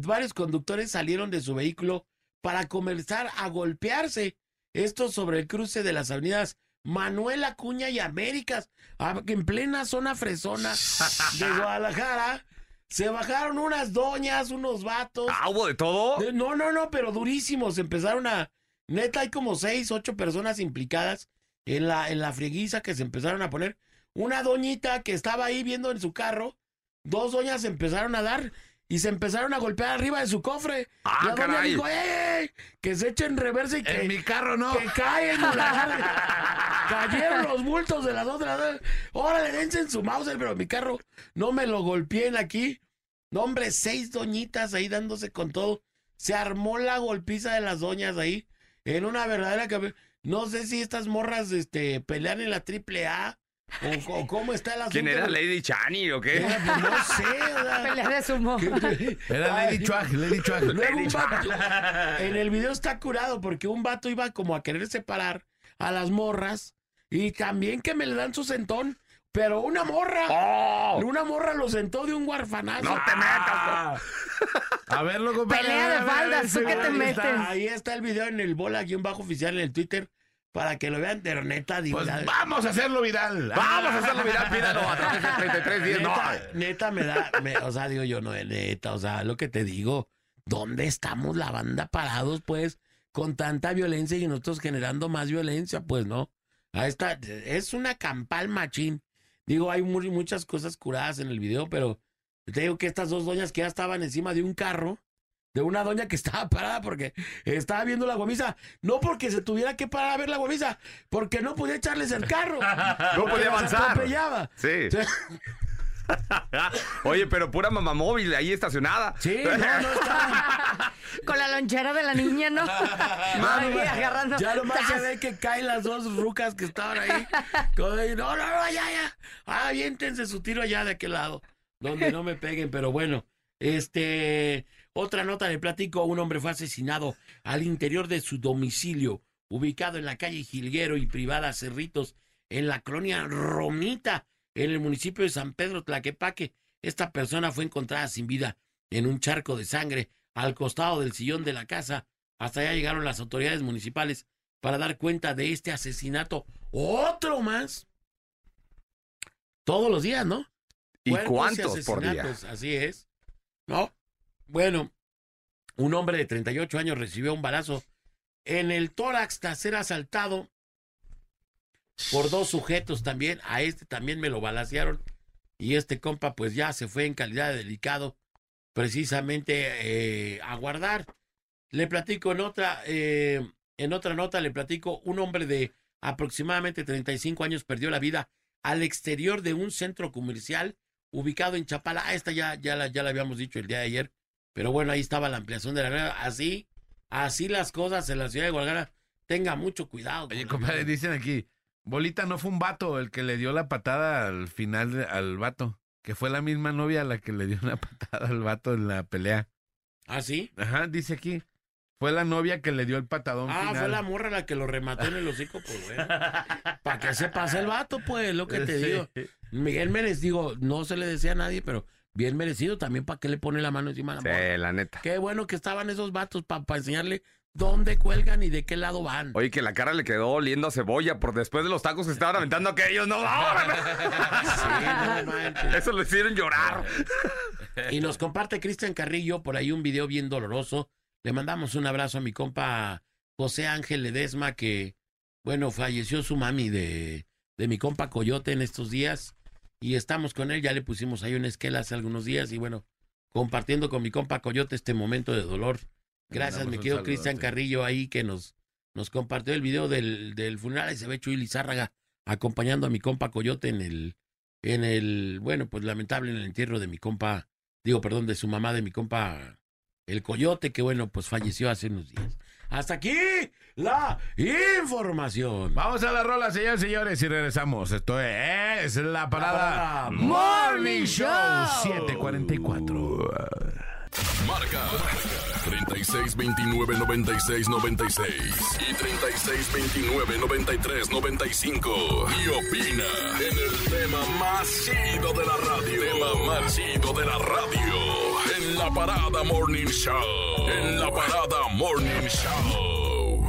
varios conductores salieron de su vehículo para comenzar a golpearse. Esto sobre el cruce de las avenidas Manuel Acuña y Américas, a- en plena zona fresona de Guadalajara. Se bajaron unas doñas, unos vatos.
Ah, hubo de todo.
De- No, no, no, pero durísimos. Empezaron a. Neta, hay como seis, ocho personas implicadas en la, en la frieguiza que se empezaron a poner. Una doñita que estaba ahí viendo en su carro, dos doñas se empezaron a dar y se empezaron a golpear arriba de su cofre.
Ah,
la doña
caray.
dijo, ¡eh! Que se echen reversa y que.
En mi carro no.
Que caen, la- cayeron los bultos de las dos de la tarde. Órale, dense en su mouse, pero mi carro no me lo golpeen aquí. No, hombre, seis doñitas ahí dándose con todo. Se armó la golpiza de las doñas ahí. En una verdadera que No sé si estas morras este, pelean en la triple A o, o cómo está la
¿Quién era Lady Chani o qué?
pues, no sé, o sea,
Pelea de sumo.
Era
Ay,
Lady Chuag, Lady Chuag.
Luego un vato- en el video está curado porque un vato iba como a querer separar a las morras y también que me le dan su sentón, pero una morra,
¡Oh!
una morra lo sentó de un huerfanazo.
¡No te metas!
A ver, loco,
Ah, Pelea de faldas, ¿tú qué te
Ahí
metes?
está, ahí está el video en el bola guión bajo oficial en el Twitter para que lo vean, pero neta, digo,
Pues
la-
vamos a hacerlo viral.
¡Vamos a hacerlo viral, pídalo a través del 3310! ¡No!
neta, neta me da, me- o sea, digo yo, no, eh, neta, o sea, lo que te digo, ¿dónde estamos la banda parados, pues, con tanta violencia y nosotros generando más violencia? Pues no. Ahí está, es una campal machín. Digo, hay mu- muchas cosas curadas en el video, pero te digo que estas dos doñas que ya estaban encima de un carro, de una doña que estaba parada porque estaba viendo la guamisa, no porque se tuviera que parar a ver la guamisa, porque no podía echarles el carro.
No podía
Las
avanzar.
atropellaba.
Sí. Oye, pero pura mamamóvil ahí estacionada.
Sí, no, no estaba.
Con la lonchera de la niña, ¿no? Ahí agarrando.
Ya nomás se
¡Tas!
ve que caen las dos rucas que estaban ahí. Como de, no, no, no, ya, ya. Ah, Aviéntense su tiro allá de aquel lado. Donde no me peguen, pero bueno. Este, otra nota de platico. Un hombre fue asesinado al interior de su domicilio, ubicado en la calle Gilguero y privada Cerritos, en la colonia Romita, en el municipio de San Pedro Tlaquepaque. Esta persona fue encontrada sin vida en un charco de sangre al costado del sillón de la casa. Hasta allá llegaron las autoridades municipales para dar cuenta de este asesinato. Otro más. Todos los días, ¿no?
¿Y
Cuerpos
cuántos por día?
asesinatos, Así es. ¿no? Bueno, un hombre de 38 años recibió un balazo en el tórax tras ser asaltado por dos sujetos también. A este también me lo balacearon. Y este compa, pues ya se fue en calidad de delicado, precisamente eh, a guardar. Le platico en otra, eh, en otra nota, le platico, un hombre de aproximadamente 35 años perdió la vida al exterior de un centro comercial ubicado en Chapala. Ah, esta ya, ya, la, ya la habíamos dicho el día de ayer, pero bueno, ahí estaba la ampliación de la grada. Así, así las cosas en la ciudad de Guadalajara. Tenga mucho cuidado.
Oye,
con la-
compadre, dicen aquí, Bolita no fue un vato el que le dio la patada al final de- al vato, que fue la misma novia la que le dio una patada al vato en la pelea.
¿Ah, sí?
Ajá, dice aquí, fue la novia que le dio el patadón
Ah,
final.
fue la morra la que lo remató en el hocico, pues bueno. Para que se pase el vato, pues, lo que te
Sí.
digo. Miguel Mérez, digo, no se le decía a nadie, pero bien merecido también para que le pone la mano encima a la morra.
Sí, la neta.
Qué bueno que estaban esos vatos para enseñarle dónde cuelgan y de qué lado van.
Oye, que la cara le quedó oliendo a cebolla por después de los tacos que estaban aventando aquellos. No, ahora
Sí, no manches.
no. Eso lo hicieron llorar.
Y nos comparte Cristian Carrillo por ahí un video bien doloroso. Le mandamos un abrazo a mi compa José Ángel Ledesma, que, bueno, falleció su mami de, de mi compa Coyote en estos días. Y estamos con él, ya le pusimos ahí una esquela hace algunos días. Y bueno, compartiendo con mi compa Coyote este momento de dolor. Gracias,
mandamos
mi
un
querido
saludote.
Cristian Carrillo ahí que nos, nos compartió el video del, del funeral. Y se ve Chuy Lizárraga acompañando a mi compa Coyote en el, en el, bueno, pues lamentable en el entierro de mi compa digo, perdón, de su mamá, de mi compa, el coyote, que bueno, pues falleció hace unos días. Hasta aquí la información.
Vamos a la rola, señores señores, y regresamos. Esto es La Parada
Parada
Morning Show 744.
Marca 36 29 96 96 y 36 29 93 95. Y opina en el tema más chido de la radio. Tema más chido de la radio. En la parada Morning Show. En la parada Morning Show.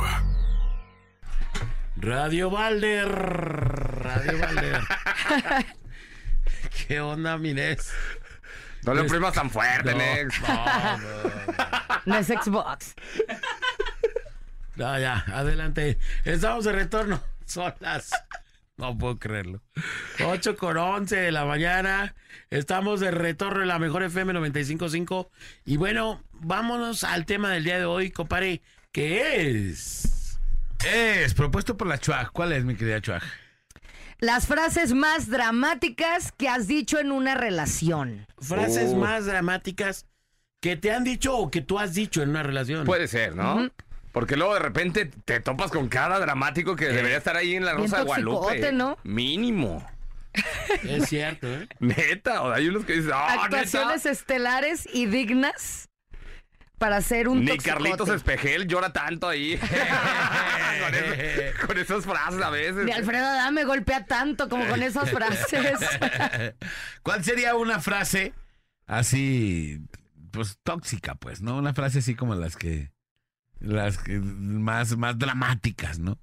Radio Valder. Radio Valder. ¿Qué onda, Minés?
No le oprimas tan fuerte, Nex.
No es Xbox.
No, ya, adelante. Estamos de retorno. Son las. No puedo creerlo. 8 con 11 de la mañana. Estamos de retorno en la mejor FM 95.5. Y bueno, vámonos al tema del día de hoy, compadre, que es.
Es propuesto por la Chuag. ¿Cuál es, mi querida Chuag?
Las frases más dramáticas que has dicho en una relación.
Frases
Oh.
más dramáticas que te han dicho o que tú has dicho en una relación.
Puede ser, ¿no? Porque luego de repente te topas con cada dramático que debería estar ahí en la
Eh, Bien
Rosa de Guadalupe.
toxicote, ¿no?
Mínimo.
Es cierto, ¿eh?
Neta, o hay unos que dicen, "Ah, neta".
Actuaciones estelares y dignas para ser un
Ni
toxicote.
Carlitos Espejel llora tanto ahí. con, eso- con esas frases a veces.
Ni Alfredo Adame golpea tanto como con esas frases.
¿Cuál sería una frase así, pues tóxica, pues, no? Una frase así como las que, las que más, más dramáticas, ¿no?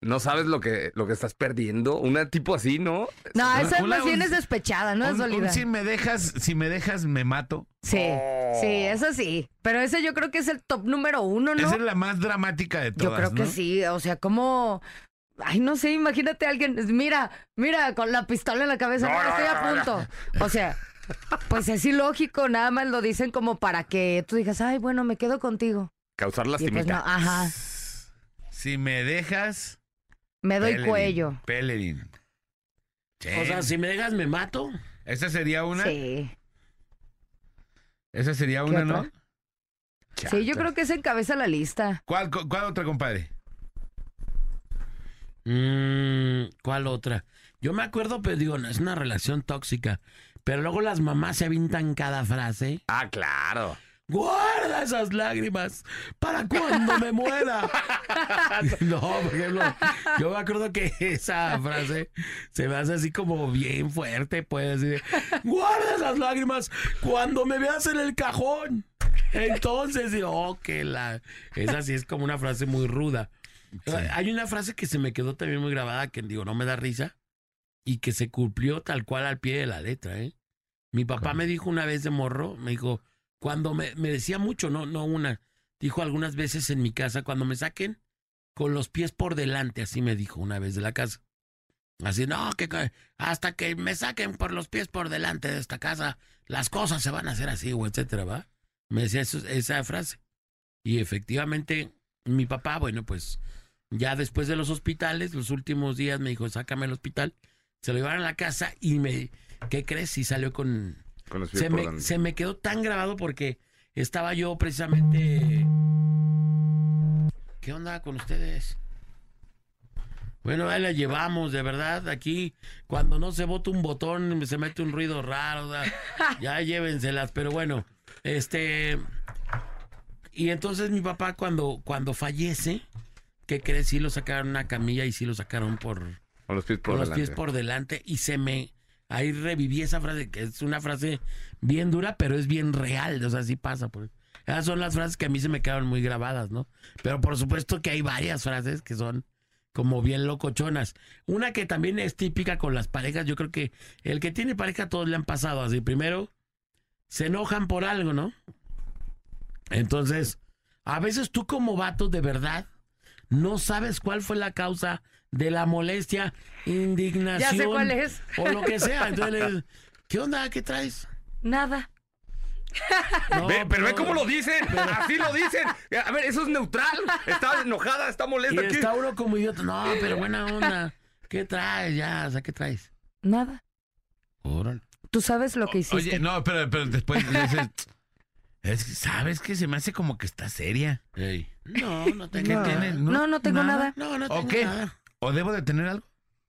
No sabes lo que, lo que estás perdiendo. Una tipo así, ¿no?
No, esa
Una-
más bien
un-
es despechada, no es
Un- un
dolida.
si me dejas, si me dejas, me mato. Oh.
Sí, sí,
Oh.
eso sí. Pero ese yo creo que es el top número uno, ¿no?
Esa es la más dramática de todas,
yo creo que
¿no?
sí. O sea, como. Ay, no sé, imagínate a alguien. Mira, mira, con la pistola en la cabeza. No,
No, no,
estoy a
no, no,
punto. O sea, pues es ilógico. Nada más lo dicen como para que tú digas, ay, bueno, me quedo contigo.
Causar
Y pues no,
lastimita.
ajá.
Si me dejas,
Me doy
Pelerin,
cuello.
Pelerin. Sí.
O sea, si me dejas, me mato.
esa sería una,
Sí.
esa sería una, ¿no?
otra? Sí, yo creo que se encabeza la lista.
¿Cuál, cu- cuál otra, compadre?
Mm, ¿Cuál otra? Yo me acuerdo, pero digo, no, es una relación tóxica. Pero luego las mamás se avintan cada frase.
Ah, claro.
Guarda esas lágrimas para cuando me muera. No, por ejemplo, yo me acuerdo que esa frase se me hace así como bien fuerte, pues. así de, Guarda esas lágrimas cuando me veas en el cajón. Entonces, y, oh, que la. Esa sí es como una frase muy ruda. Eh, Hay una frase que se me quedó también muy grabada que digo, no me da risa y que se cumplió tal cual al pie de la letra, ¿eh? Mi papá me dijo una vez de morro, me dijo, cuando me, me decía mucho, no, no una, dijo algunas veces en mi casa, cuando me saquen con los pies por delante, así me dijo una vez de la casa. Así, no, que que- hasta que me saquen por los pies por delante de esta casa, las cosas se van a hacer así, o etcétera, ¿va? Me decía eso- esa frase. Y efectivamente, mi papá, bueno, pues ya después de los hospitales, los últimos días me dijo, sácame al hospital. Se lo llevaron a la casa y me, ¿qué crees? Y salió con,
Con los pies
se
por
me,
donde.
se me quedó tan grabado porque estaba yo precisamente. ¿Qué onda con ustedes? Bueno, ahí la llevamos, de verdad, aquí cuando no se bota un botón se mete un ruido raro, o sea, ya llévenselas, pero bueno, este y entonces mi papá cuando cuando fallece, ¿qué crees? Sí lo sacaron a una camilla y sí lo sacaron por
Con los pies por
con los
delante.
pies por delante y se me ahí reviví esa frase que es una frase bien dura pero es bien real o sea sí pasa por esas son las frases que a mí se me quedaron muy grabadas no pero por supuesto que hay varias frases que son como bien locochonas una que también es típica con las parejas yo creo que el que tiene pareja todos le han pasado así primero se enojan por algo no entonces a veces tú como vato de verdad no sabes cuál fue la causa de la molestia, indignación.
Ya sé cuál es.
O lo que sea. Entonces le dices, ¿qué onda? ¿Qué traes?
Nada.
No,
Ve, pero, ve cómo lo dicen. Así lo dicen. A ver, eso es neutral. Está enojada, está
Y
molesta. ¿qué?
está uno como idiota. No, pero buena onda. ¿Qué traes? Ya, o sea, ¿qué traes?
Nada.
Órale.
Tú sabes lo que hiciste.
Oye, no, pero, pero después le dices, es que, ¿sabes que Se me hace como que está seria.
Ey. No, no
¿Qué
tengo
tiene?
nada.
no, no, tengo nada.
No, no
¿O
tengo
qué?
nada.
¿O debo de tener algo?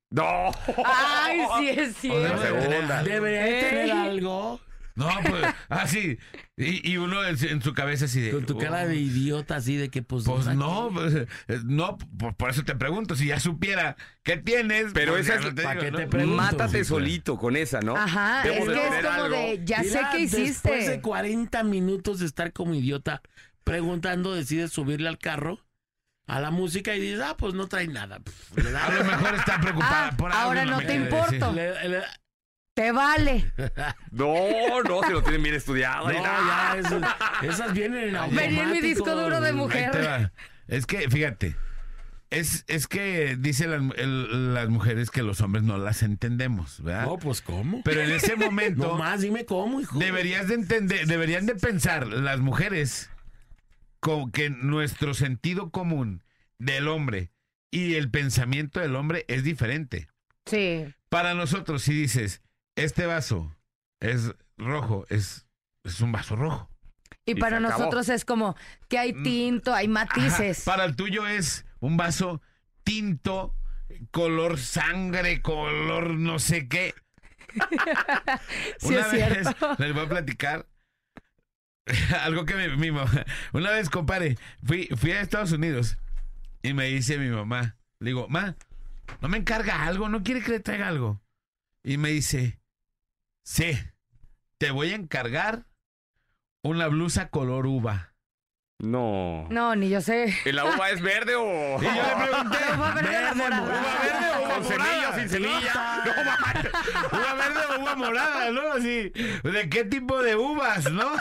No.
Oh,
Ay, sí es
¿O
cierto.
debo de tener
segunda.
algo?
Debería
Ey.
tener algo.
No, pues, así. Y, y uno en, su- en su cabeza así de...
Con tu cara de
"Oh,
idiota así de que pues.
Pues no, pues, eh, no, por, por eso te pregunto, si ya supiera qué tienes...
Pero
pues,
esa
ya
es-
no
¿Para qué te
¿no?
pregunto?
Mátate solito con esa, ¿no?
Ajá,
Debo
es
de
que es
tener
como
algo.
de, Eh, ya sé
Mira,
que
Después de
hiciste.
40 minutos de estar como idiota preguntando, decides subirle al carro, a la música y dices, ah, pues no trae nada. Pff, le da-
A lo mejor está preocupada
Ah,
por algo.
ahora no
me
te
quiere
importa.
decir.
le- le-
Te vale.
No, no, si lo tienen bien estudiado.
no,
y nada.
ya, eso- esas vienen en
Venía en mi disco
automático.
duro de
Ahí
mujer.
te va. Es que, fíjate, es, es que dicen las, mu- el- las mujeres que los hombres no las entendemos, ¿verdad?
No, pues ¿cómo?
Pero en ese momento
Nomás dime cómo, hijo.
deberías de entender, deberían de pensar las mujeres con que nuestro sentido común del hombre y el pensamiento del hombre es diferente.
Sí.
Para nosotros, si dices, este vaso es rojo, es, es un vaso rojo.
Y,
Y
para
se acabó. Mm.
nosotros es como que hay tinto, hay matices.
Ajá, Para el tuyo es un vaso tinto, color sangre, color no sé qué.
Sí,
vez
es cierto.
les voy a platicar algo que mi, mi mamá. Una vez, compadre, fui, fui a Estados Unidos y me dice mi mamá. Le digo, ma, no me encarga algo, no quiere que le traiga algo. Y me dice, sí, te voy a encargar una blusa color uva.
No.
No, ni yo sé.
¿Y la uva es verde o.?
Y yo le pregunté,
Uva verde o la morada.
uva verde o uva
¿Con semilla o
morada?
sin semilla? No, mames.
Uva verde o uva morada, ¿no? Así, ¿de qué tipo de uvas, no?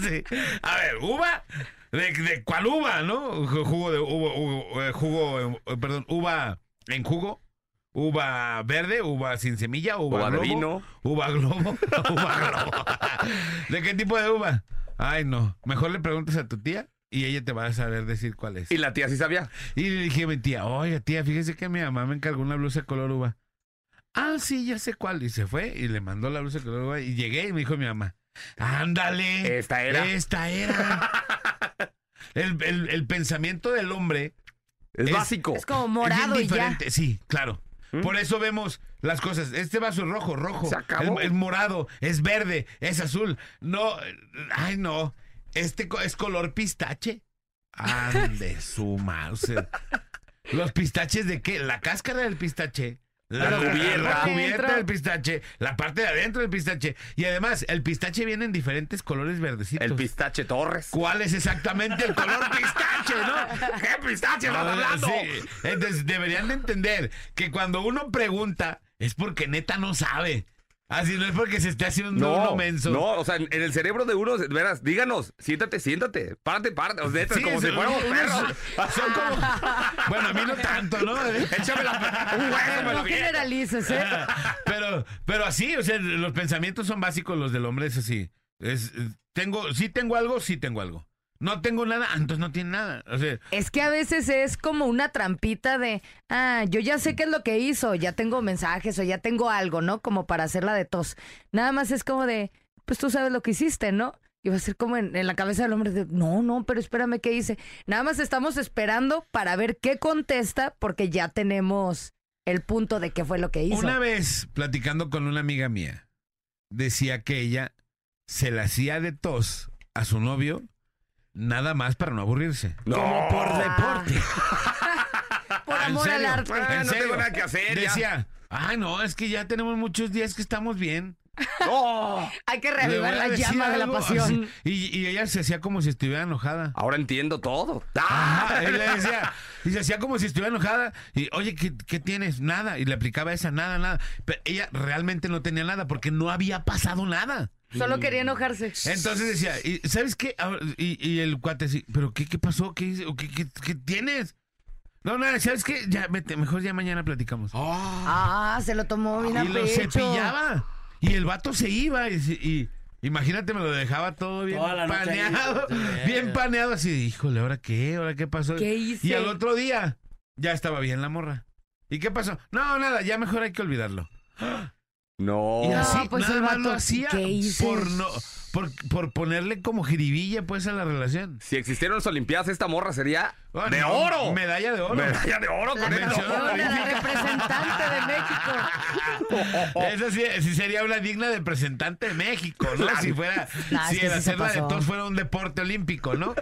Sí. A ver, uva, ¿de, de cuál uva, no? Ju- Jugo de uva, uva- eh, jugo, eh, perdón, uva en jugo. Uva verde, uva sin semilla, uva,
Uva de
globo,
vino.
Uva globo, uva globo. ¿De qué tipo de uva? Ay, no. Mejor le preguntas a tu tía y ella te va a saber decir cuál es.
Y la tía sí sabía.
Y le dije a mi tía, oye tía, fíjese que mi mamá me encargó una blusa de color uva. Ah, sí, ya sé cuál. Y se fue y le mandó la blusa de color uva. Y llegué y me dijo mi mamá, ándale.
Esta era.
Esta era. el, el- el pensamiento del hombre
Es,
Es-
básico. ¿Mm?
Es como
es bien
morado y ya.
diferente. Sí, claro. Por eso vemos las cosas. Este vaso es rojo, rojo.
Se acabó.
Es, es morado, es verde, es azul. No, eh, ay, no. Este co- es color pistache. Ande su mouse. ¿Los pistaches de qué? La cáscara del pistache. La,
La cubierta.
la
Adentro.
cubierta del pistache, la parte de adentro del pistache. Y además, el pistache viene en diferentes colores verdecitos.
El pistache Torres.
¿Cuál es exactamente el color pistache, no?
¿Qué pistache estás
Ah,
hablando?
sí. Entonces deberían de entender que cuando uno pregunta es porque neta no sabe. Así no es porque se esté haciendo un
No,
uno menso.
no, o sea, en en el cerebro de uno, verás, díganos, siéntate, siéntate, párate, párate, o sea, neta,
Sí,
como
es-
si fuéramos
uno-
perros.
Son como. Bueno, a mí no tanto, ¿no?
Échame la- un hueso, me lo
No
viene.
generalices, ¿eh?
Ah. pero, pero así, o sea, los pensamientos son básicos, los del hombre es así. Es, eh, tengo, sí tengo algo, sí tengo algo. No tengo nada, ah, entonces no tiene nada. O sea,
Es que a veces es como una trampita de, ah, yo ya sé qué es lo que hizo, ya tengo mensajes o ya tengo algo, ¿no? Como para hacerla de tos. Nada más es como de, pues tú sabes lo que hiciste, ¿no? Y va a ser como en, en la cabeza del hombre de, no, no, pero espérame, ¿qué hice? Nada más estamos esperando para ver qué contesta porque ya tenemos el punto de qué fue lo que hizo.
Una vez platicando con una amiga mía, decía que ella se la hacía de tos a su novio nada más para no aburrirse.
Como por
deporte. Por
Ah, ¿en
amor al
serio?
arte.
Ah,
¿En
no tengo
serio?
nada que hacer, ya.
Decía, ah, no, es que ya tenemos muchos días que estamos bien.
¡Oh!
Hay que
Le voy
reavivar
a
la
decir
llama de la
algo".
pasión.
Y, y ella se hacía como si estuviera enojada.
Ahora entiendo todo.
Ajá,
¡Ah!
él le decía, y se hacía como si estuviera enojada. Y, oye, ¿qué, qué tienes? Nada. Y le aplicaba esa, nada, nada. Pero ella realmente no tenía nada porque no había pasado nada.
Solo quería enojarse.
Entonces decía, ¿y ¿sabes qué? Ah, Y, y el cuate así, ¿pero qué, qué pasó? ¿Qué, hice? ¿O qué, qué- qué tienes? No, nada, ¿sabes qué? Ya, vete, mejor ya mañana platicamos.
Ah, se lo tomó bien a
y lo
pecho.
cepillaba. Y el vato se iba. Y, se- y- imagínate, me lo dejaba todo bien
Toda la noche ahí.
paneado.
Sí.
Bien paneado. Así, híjole, ¿ahora qué? ¿Ahora qué pasó?
¿Qué hice?
Y al otro día, ya estaba bien la morra. ¿Y qué pasó? No, nada, ya mejor hay que olvidarlo.
Oh.
No.
Y así,
pues
nada
el
más
vato,
lo hacía
¿qué hice?
por, no, por, por ponerle como jiribilla, pues, a la relación.
Si existieran las Olimpiadas, esta morra sería
Ah,
de
no,
oro.
Medalla de oro.
Medalla de oro
La
con el
mención
campeona, la
honorífica.
representante de México.
Esa sí, sí sería una digna de representante de México, ¿no? Si fuera,
Nah,
si
Ah, es que
el
sí se
hacerla de
pasó.
todos fuera un deporte olímpico, ¿no?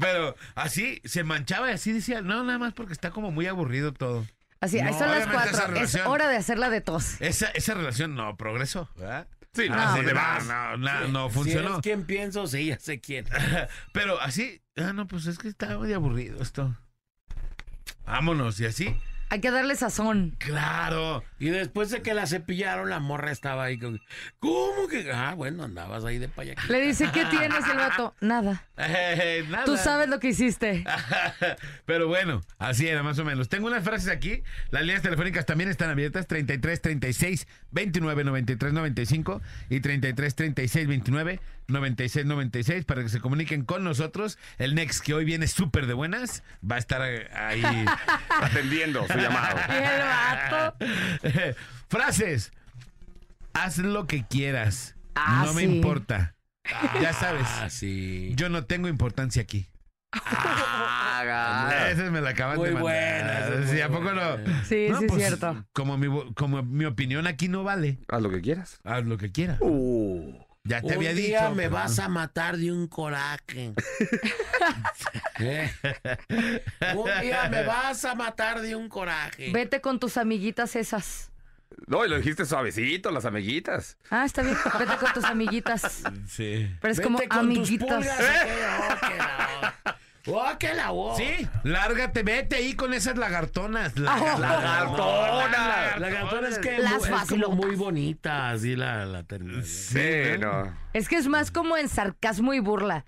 Pero así se manchaba y así decía, no, nada más porque está como muy aburrido todo.
Así, ahí
No,
son las
obviamente esa
cuatro. Es
relación-
hora de hacerla de tos.
Esa, esa relación no progresó, ¿verdad?
Sí, no,
Ah,
¿dónde vas?
no, no, no
Si
funcionó.
es quién pienso, sí, ya sé quién.
Pero así, ah, no, pues es que está muy aburrido esto. Vámonos, y así,
Hay que darle sazón.
claro.
Y después de que la cepillaron, la morra estaba ahí. con- ¿Cómo que? Ah, bueno, andabas ahí de payaquita.
Le dice, ¿qué tienes? Y el vato, nada.
Eh, nada.
Tú sabes lo que hiciste.
Pero bueno, así era más o menos. Tengo unas frases aquí. Las líneas telefónicas también están abiertas: 33 36 29 93 95 y 33 36 29 96 96 para que se comuniquen con nosotros. El Next, que hoy viene súper de buenas, va a estar eh, ahí.
Atendiendo su llamado.
Y el vato.
Frases: Haz lo que quieras.
Ah,
no me
sí.
importa. Ya sabes,
Ah, sí.
yo no tengo importancia aquí.
Haga.
Esa Ah, me la acaban
Ah, Muy
de mandar.
buena, esa es
Sí,
muy
¿a poco no?
buena.
Sí,
No,
sí, es
pues,
cierto.
Como mi, vo- como mi opinión aquí no vale,
Haz lo que quieras.
haz lo que quieras. ya te
Uh. un
había
día
dicho.
me
pero-
vas a matar de un coraje. ¿Eh? Un día me vas a matar de un coraje.
Vete con tus amiguitas esas.
No, y lo dijiste suavecito, las amiguitas.
Ah, está bien. Vete con tus amiguitas.
Sí.
Pero es
Vete
como
con tus
amiguitas.
pulgas. Oh, que la- Oh, que la voz.
¿Eh? Sí, lárgate, vete ahí con esas lagartonas. La,
Ah,
¡Lagartona!
La gatona es que
Las
mu- es como
facilotas.
muy bonita, así la, la terminal.
Sí, no.
Es que es más como en sarcasmo y burla.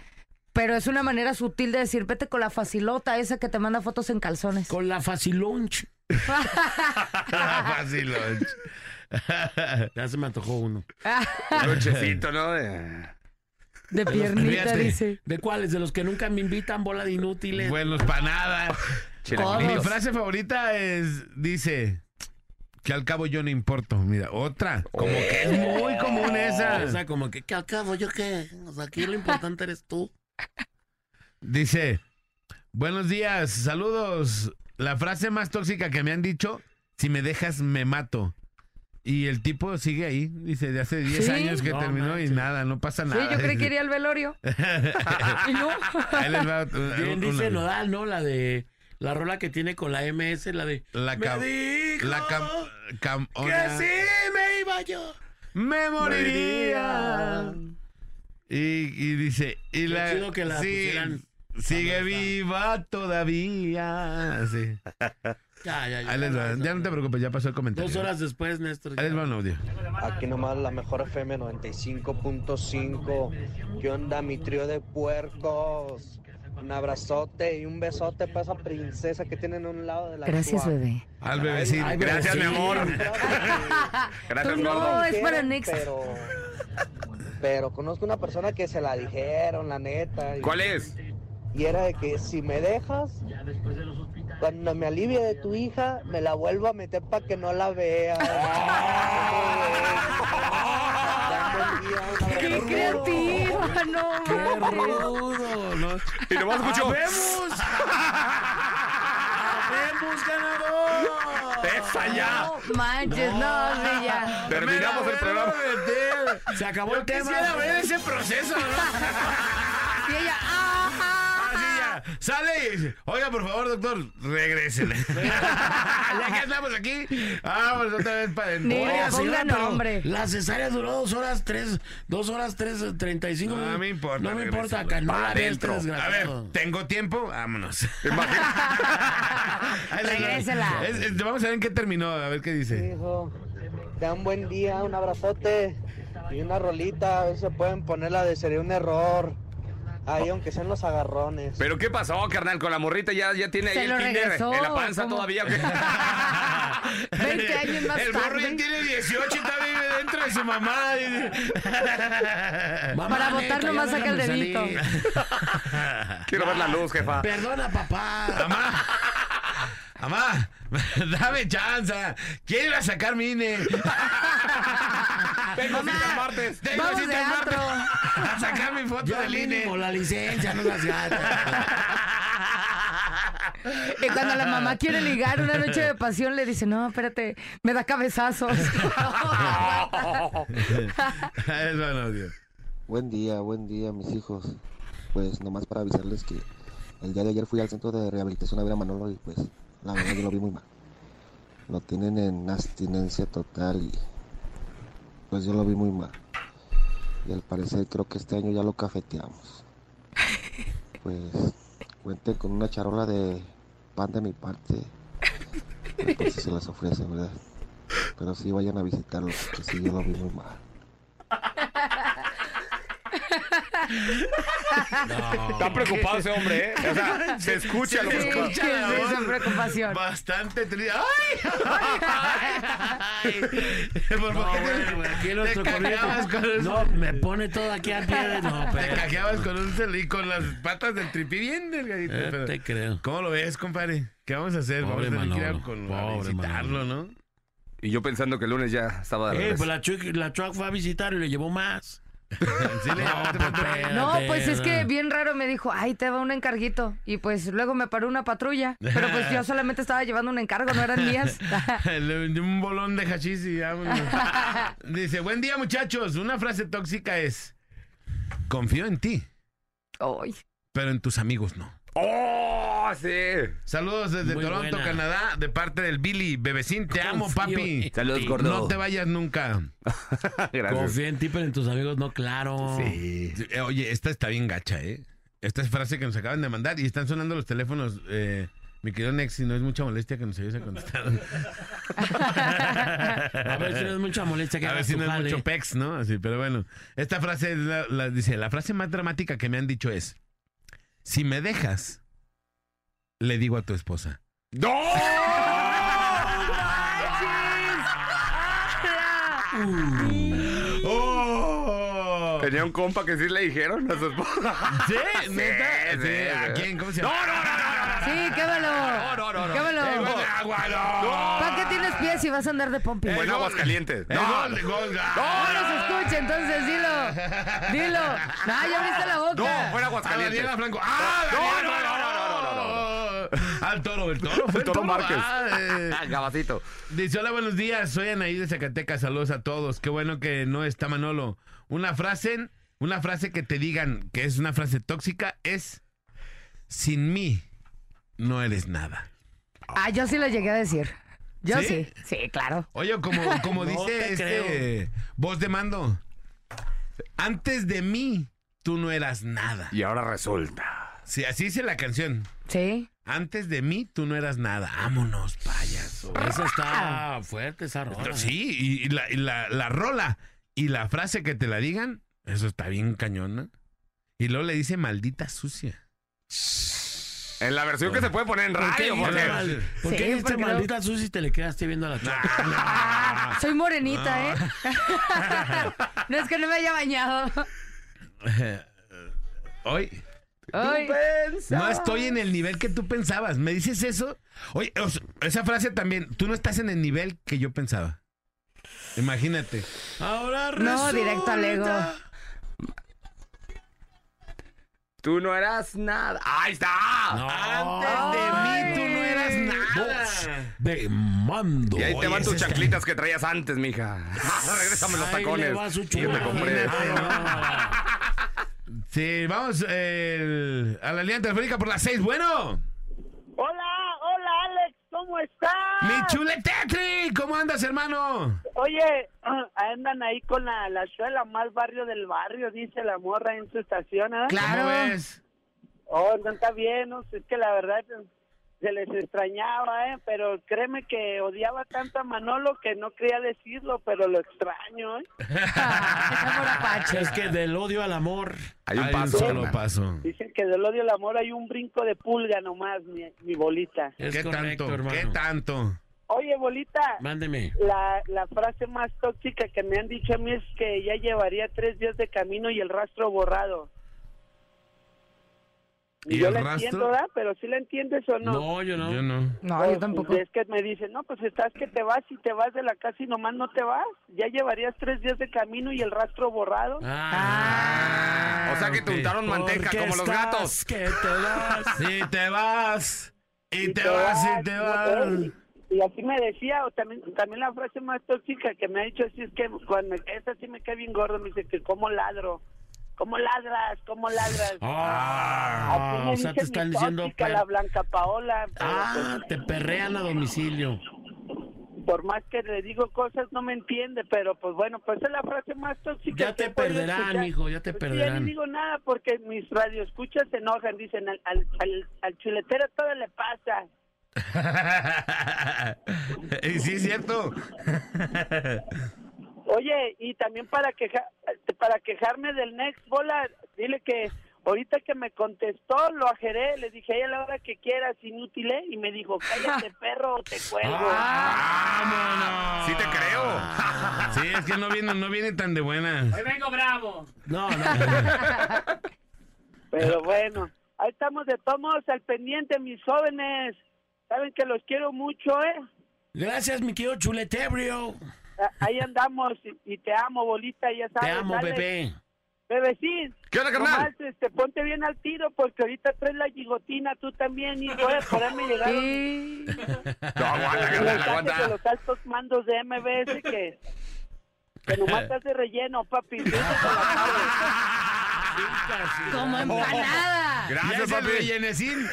Pero es una manera sutil de decir, vete con la facilota esa que te manda fotos en calzones.
Con la facilunch.
Fácil. Lonch.
Ya se me
Oh,
antojó uno.
Nochecito, ¿no? De-
De piernita,
Fíjate.
dice.
¿De cuáles? De los que nunca me invitan, bola de inútiles.
Buenos para nada.
Chilaquilitos.
Mi frase favorita es, dice, que al cabo yo no importo. Mira, otra. Como que es
Oh.
muy común esa.
O sea, como que, que al cabo, yo qué. O sea, aquí lo importante eres tú.
Dice, buenos días, saludos. La frase más tóxica que me han dicho, si me dejas me mato. Y el tipo sigue ahí, dice, de hace 10
Sí.
años que
No
terminó
manches.
y nada, no pasa
Sí,
nada.
yo creí que iría al velorio. y no.
Ahí les va un-
Bien,
un-
dice
una.
Nodal, ¿no? La de. La rola que tiene con la MS, la de.
La
me
cam-
dijo
La cam... cam-
que
ona-
sí me iba yo.
Me moriría. Y, y dice, y
Qué
la...
chido que la
sí,
pusieran
sigue
cuando estaba.
viva todavía. Sí.
Ya, ya, ya.
Ahí les va. Ya no te preocupes, ya pasó el comentario.
Dos horas después, Néstor.
Ahí les va un audio.
Aquí nomás la mejor FM 95.5. ¿Qué onda, mi trío de puercos? Un abrazote y un besote para esa princesa que tienen a un lado de la
Gracias,
cua.
bebé.
Al bebecito.
ay,
Gracias, mi
bebecito.
amor.
Gracias,
Tú Pues no.
gordo.
es para
Dijeron,
Nexa.
Pero, pero conozco una persona que se la dijeron, la neta. y-
¿Cuál es?
Y era de que si me dejas, cuando me alivie de tu hija, me la vuelvo a meter para que no la vea.
¡Qué creativa! ¡No! manches.
Rudo, ¿no?
Y nomás escuchó.
¡Habemos! ¡Habemos ganador!
¡Esa ya!
No manches, no, sí, ya.
Terminamos el programa.
Se acabó el tema.
ese proceso,
Y ella, ¡ah!
Así ya. Sale y dice, oiga, por favor, doctor, regrésele.
ah,
ya que estamos aquí, vamos otra vez para
Ni
adentro.
le
Oiga, señora,
pongan
pero
nombre.
La cesárea duró dos horas tres, dos horas tres, treinta y cinco
No
minutos.
me importa,
No me
regrésalo.
importa, acá no la ve este
adentro.
A
desgraciado.
ver, ¿tengo tiempo? Vámonos. Ahí se va.
Regrésela.
Es- es- vamos a ver en qué terminó, a ver qué dice.
Hijo, te un buen día, un abrazote y una rolita. A ver si se pueden ponerla de sería un error. Ahí, aunque sean los agarrones.
¿Pero qué pasó, carnal? Con la morrita ya, ya tiene
Se
ahí
lo
el kinder
regresó,
en la panza
¿cómo?
todavía. ¿o qué?
20 años más
El morro ya
tarde.
tiene 18 y todavía vive dentro de su mamá.
Mamá,
Para
neta,
botar
ya
nomás saca el
déjame
dedito.
salir.
Quiero ver la luz, jefa.
Perdona, papá.
Mamá. Mamá, dame chance. Quiero ir a sacar mi E? INE.
Tengo
Mamá,
citas martes.
Tengo
Vamos
cita
de
el martes
antro.
a sacar mi foto
Yo
del E".
mínimo
INE.
la licencia, no las gatas.
Y cuando la mamá quiere ligar una noche de pasión, le dice, no, espérate, me da cabezazos.
Ah.
Es buen audio.
Buen día, buen día, mis hijos. Pues nomás para avisarles que el día de ayer fui al centro de rehabilitación a ver a Manolo y pues la verdad yo lo vi muy mal. Lo tienen en abstinencia total y pues yo lo vi muy mal. Y al parecer creo que este año ya lo cafeteamos. Pues cuenten con una charola de pan de mi parte. Pues si se las ofrece, ¿verdad? Pero sí vayan a visitarlo, porque sí yo lo vi muy mal.
Está preocupado ese hombre, ¿eh? O sea, se escucha lo
Sí,
que
sí,
escucha.
la
sí,
voz.
esa preocupación.
Bastante triste. ¡Ay! ¡Ay! ay! Por favor, te-
Aquí el otro
te cajeabas con
corriente.
el-
No, me pone todo aquí a pie de. No,
Te
pero.
cajeabas con un cel y con las patas del tripí bien delgadito.
Eh,
pero-
te creo.
¿Cómo lo ves, compadre? ¿Qué vamos a hacer?
Pobre
vamos a tener que ir a,
Manolo.
con- a
Pobre
visitarlo, ¿no?
Y yo pensando que el lunes ya estaba de
Eh,
regreso.
pues la Chuck, la Chuck fue a visitar y le llevó más.
Sí, le llevaste foto.
No, pues es que bien raro me dijo, ay, te va un encarguito. Y pues luego me paró una patrulla. Pero pues yo solamente estaba llevando un encargo, no eran mías.
Le di un bolón de hachís y vámonos. Dice, buen día muchachos. Una frase tóxica es, confío en ti,
Ay,
pero en tus amigos no.
¡Oh, sí!
Saludos desde
Muy
Toronto,
buena.
Canadá, de parte del Billy. Bebecín, te amo, papi.
Saludos, gordo.
No te vayas nunca.
Gracias.
Confía en ti, pero en tus amigos no, claro.
Eh, Oye, esta está bien gacha, ¿eh? Esta es frase que nos acaban de mandar y están sonando los teléfonos. eh, mi querido Nexi, no es mucha molestia que nos ayudes a contestar.
A ver si no es mucha molestia que
A ver
hagas
si
tu
no es
jale.
mucho pex, ¿no? Así, pero bueno. Esta frase es la- la- dice, la frase más dramática que me han dicho es, si me dejas, le digo a tu esposa.
¡No!
¡Oh!
Tenía un compa que sí le dijeron a su esposa.
¿Sí? ¿Neta?
sí,
Sí, ¿A
sí.
quién? ¿Cómo se
¡No,
llama?
no, no, no! no, no.
sí, quémalo.
No, no, no, no.
¡Eh,
Quémalo.
gol de agua, no!
¿Para qué tienes pies si vas a andar de pompi?
Buen aguas calientes.
¡Eh,
Pues ¡No!
gol de gol!
No nos escucha, entonces dilo. Dilo. No, ya abriste la
¡No!
boca.
¡Fuera aguas
¡A
calientes!
Daniela Franco! ¡Ah!
No,
Daniela
no,
Franco!
no, no, no,
Al toro, el toro. fue
El Toro Márquez.
Ah, eh.
Ah, Gabacito.
Dice, hola, buenos días, soy Anaí de Zacatecas, saludos a todos, qué bueno que no está Manolo. Una frase, una frase que te digan que es una frase tóxica es, sin mí no eres nada.
Ah, yo sí lo llegué a decir. Yo
¿Sí?
sí, sí, claro.
Oye, como, como
No
dice
te
este voz de mando, antes de mí tú no eras nada.
Y ahora resulta.
Sí, así dice la canción.
Sí.
Antes de mí, tú no eras nada. Vámonos, payaso.
Eso está fuerte, esa rola.
Sí, y, y la, y la- la rola y la frase que te la digan, eso está bien cañona. Y luego le dice maldita sucia.
En la versión que se puede poner en
Ah. ¿Por qué
radio,
dijiste
porque-
mal- ¿Por
Sí,
qué dijiste
porque
maldita Susi te le quedaste viendo a la chava?
Ah.
Soy morenita, ¿eh? no es que no me haya bañado.
Hoy
Ay,
no estoy en el nivel que tú pensabas. ¿Me dices eso? Oye, o sea, esa frase también, tú no estás en el nivel que yo pensaba. Imagínate.
Ahora
No, directo al ego.
resulta-
Tú no eras nada. ¡Ahí está!
Antes de mí, tú no eras nada.
De mando.
Y ahí te
Oye,
van tus
ese está-
chanclitas que traías antes, mija. Regresame los
Ahí le
tacones.
va su
que te
chulada.
compré.
Ahora.
Sí, vamos el- a la línea telefónica por las seis. Bueno,
Hola, hola Alex, ¿cómo estás?
mi
Ah.
chule Tetri, ¿cómo andas, hermano?
Oye, andan ahí con la, la suela más barrio del barrio, dice la morra en su estación, ¿ah?
¿Cómo
claro.
ves?
Oh, no está bien, no sé, es que la verdad se les extrañaba, ¿eh? Pero créeme que odiaba tanto a Manolo que no quería decirlo, pero lo extraño, ¿eh?
Ay, amor apache.
Es que del odio al amor.
Hay un
Ay,
paso.
solo
hermano.
paso.
Dicen que del odio al amor hay un brinco de pulga nomás, mi, mi bolita.
Es
¿Qué
correcto,
tanto?
hermano.
¿Qué tanto?
Oye, bolita,
Mándeme.
la, la frase más tóxica que me han dicho a mí es que ya llevaría tres días de camino y el rastro borrado.
¿Y
yo
el
la
rastro?
entiendo, ¿verdad? Pero si la entiendes o no. Pues,
No, yo no.
Yo no.
No, yo tampoco.
Es que me dicen, no, pues estás que te vas y te vas de la casa y nomás no te vas. Ya llevarías tres días de camino y el rastro borrado.
Ah.
O sea que te untaron manteca
Porque
como los
estás
gatos.
Que te vas.
Si te vas, y te vas, y te
no
vas.
puedes. Y así me decía, o también, también la frase más tóxica que me ha dicho así es que cuando esta sí me cae bien gordo, me dice que como ladro, como ladras, como ladras.
Ah,
Así me
o
dice
sea, te están
mi
diciendo.
tóxica,
per-
la Blanca Paola. pero
Ah, te perrean a domicilio.
pues, por más que le digo cosas, no me entiende, pero pues bueno, pues esa es la frase más tóxica.
Ya
que
te
he podido
perderán,
escuchar.
mijo, ya te
Pues, sí, Ya
perderán.
ni digo nada porque mis radioescuchas se enojan, dicen al, al, al, al chuletero todo le pasa.
Y sí, es cierto.
Oye, y también para queja, para quejarme del Next Bola, dile que ahorita que me contestó lo ajeré, le dije a ella la hora que quieras, inútil, ¿eh? y me dijo, cállate perro, te cuelgo.
Ah.
Ah, ¡Vámonos!
Sí te creo.
Ah. Sí, es que no viene, no viene tan de buenas.
Hoy vengo bravo.
No, no.
Pero bueno, ahí estamos de todos al pendiente, mis jóvenes. Saben que los quiero mucho, ¿eh?
Gracias, mi querido chuletebrio.
A- Ahí andamos y, y te amo, bolita, ya sabes.
Te amo,
Alex.
bebé.
Bebecín.
¿Qué onda, carnal?
nomás, este, ponte bien al tiro porque ahorita traes la gigotina tú también y voy a poderme llegar
Sí.
No, aguanta,
los
carnal,
mensajes de
aguanta.
los altos mandos de MBS que, que nomás estás de relleno, papi. Vete con la madre.
Como empanada.
Oh, Gracias,
Ya es el
papi.
rellenecín.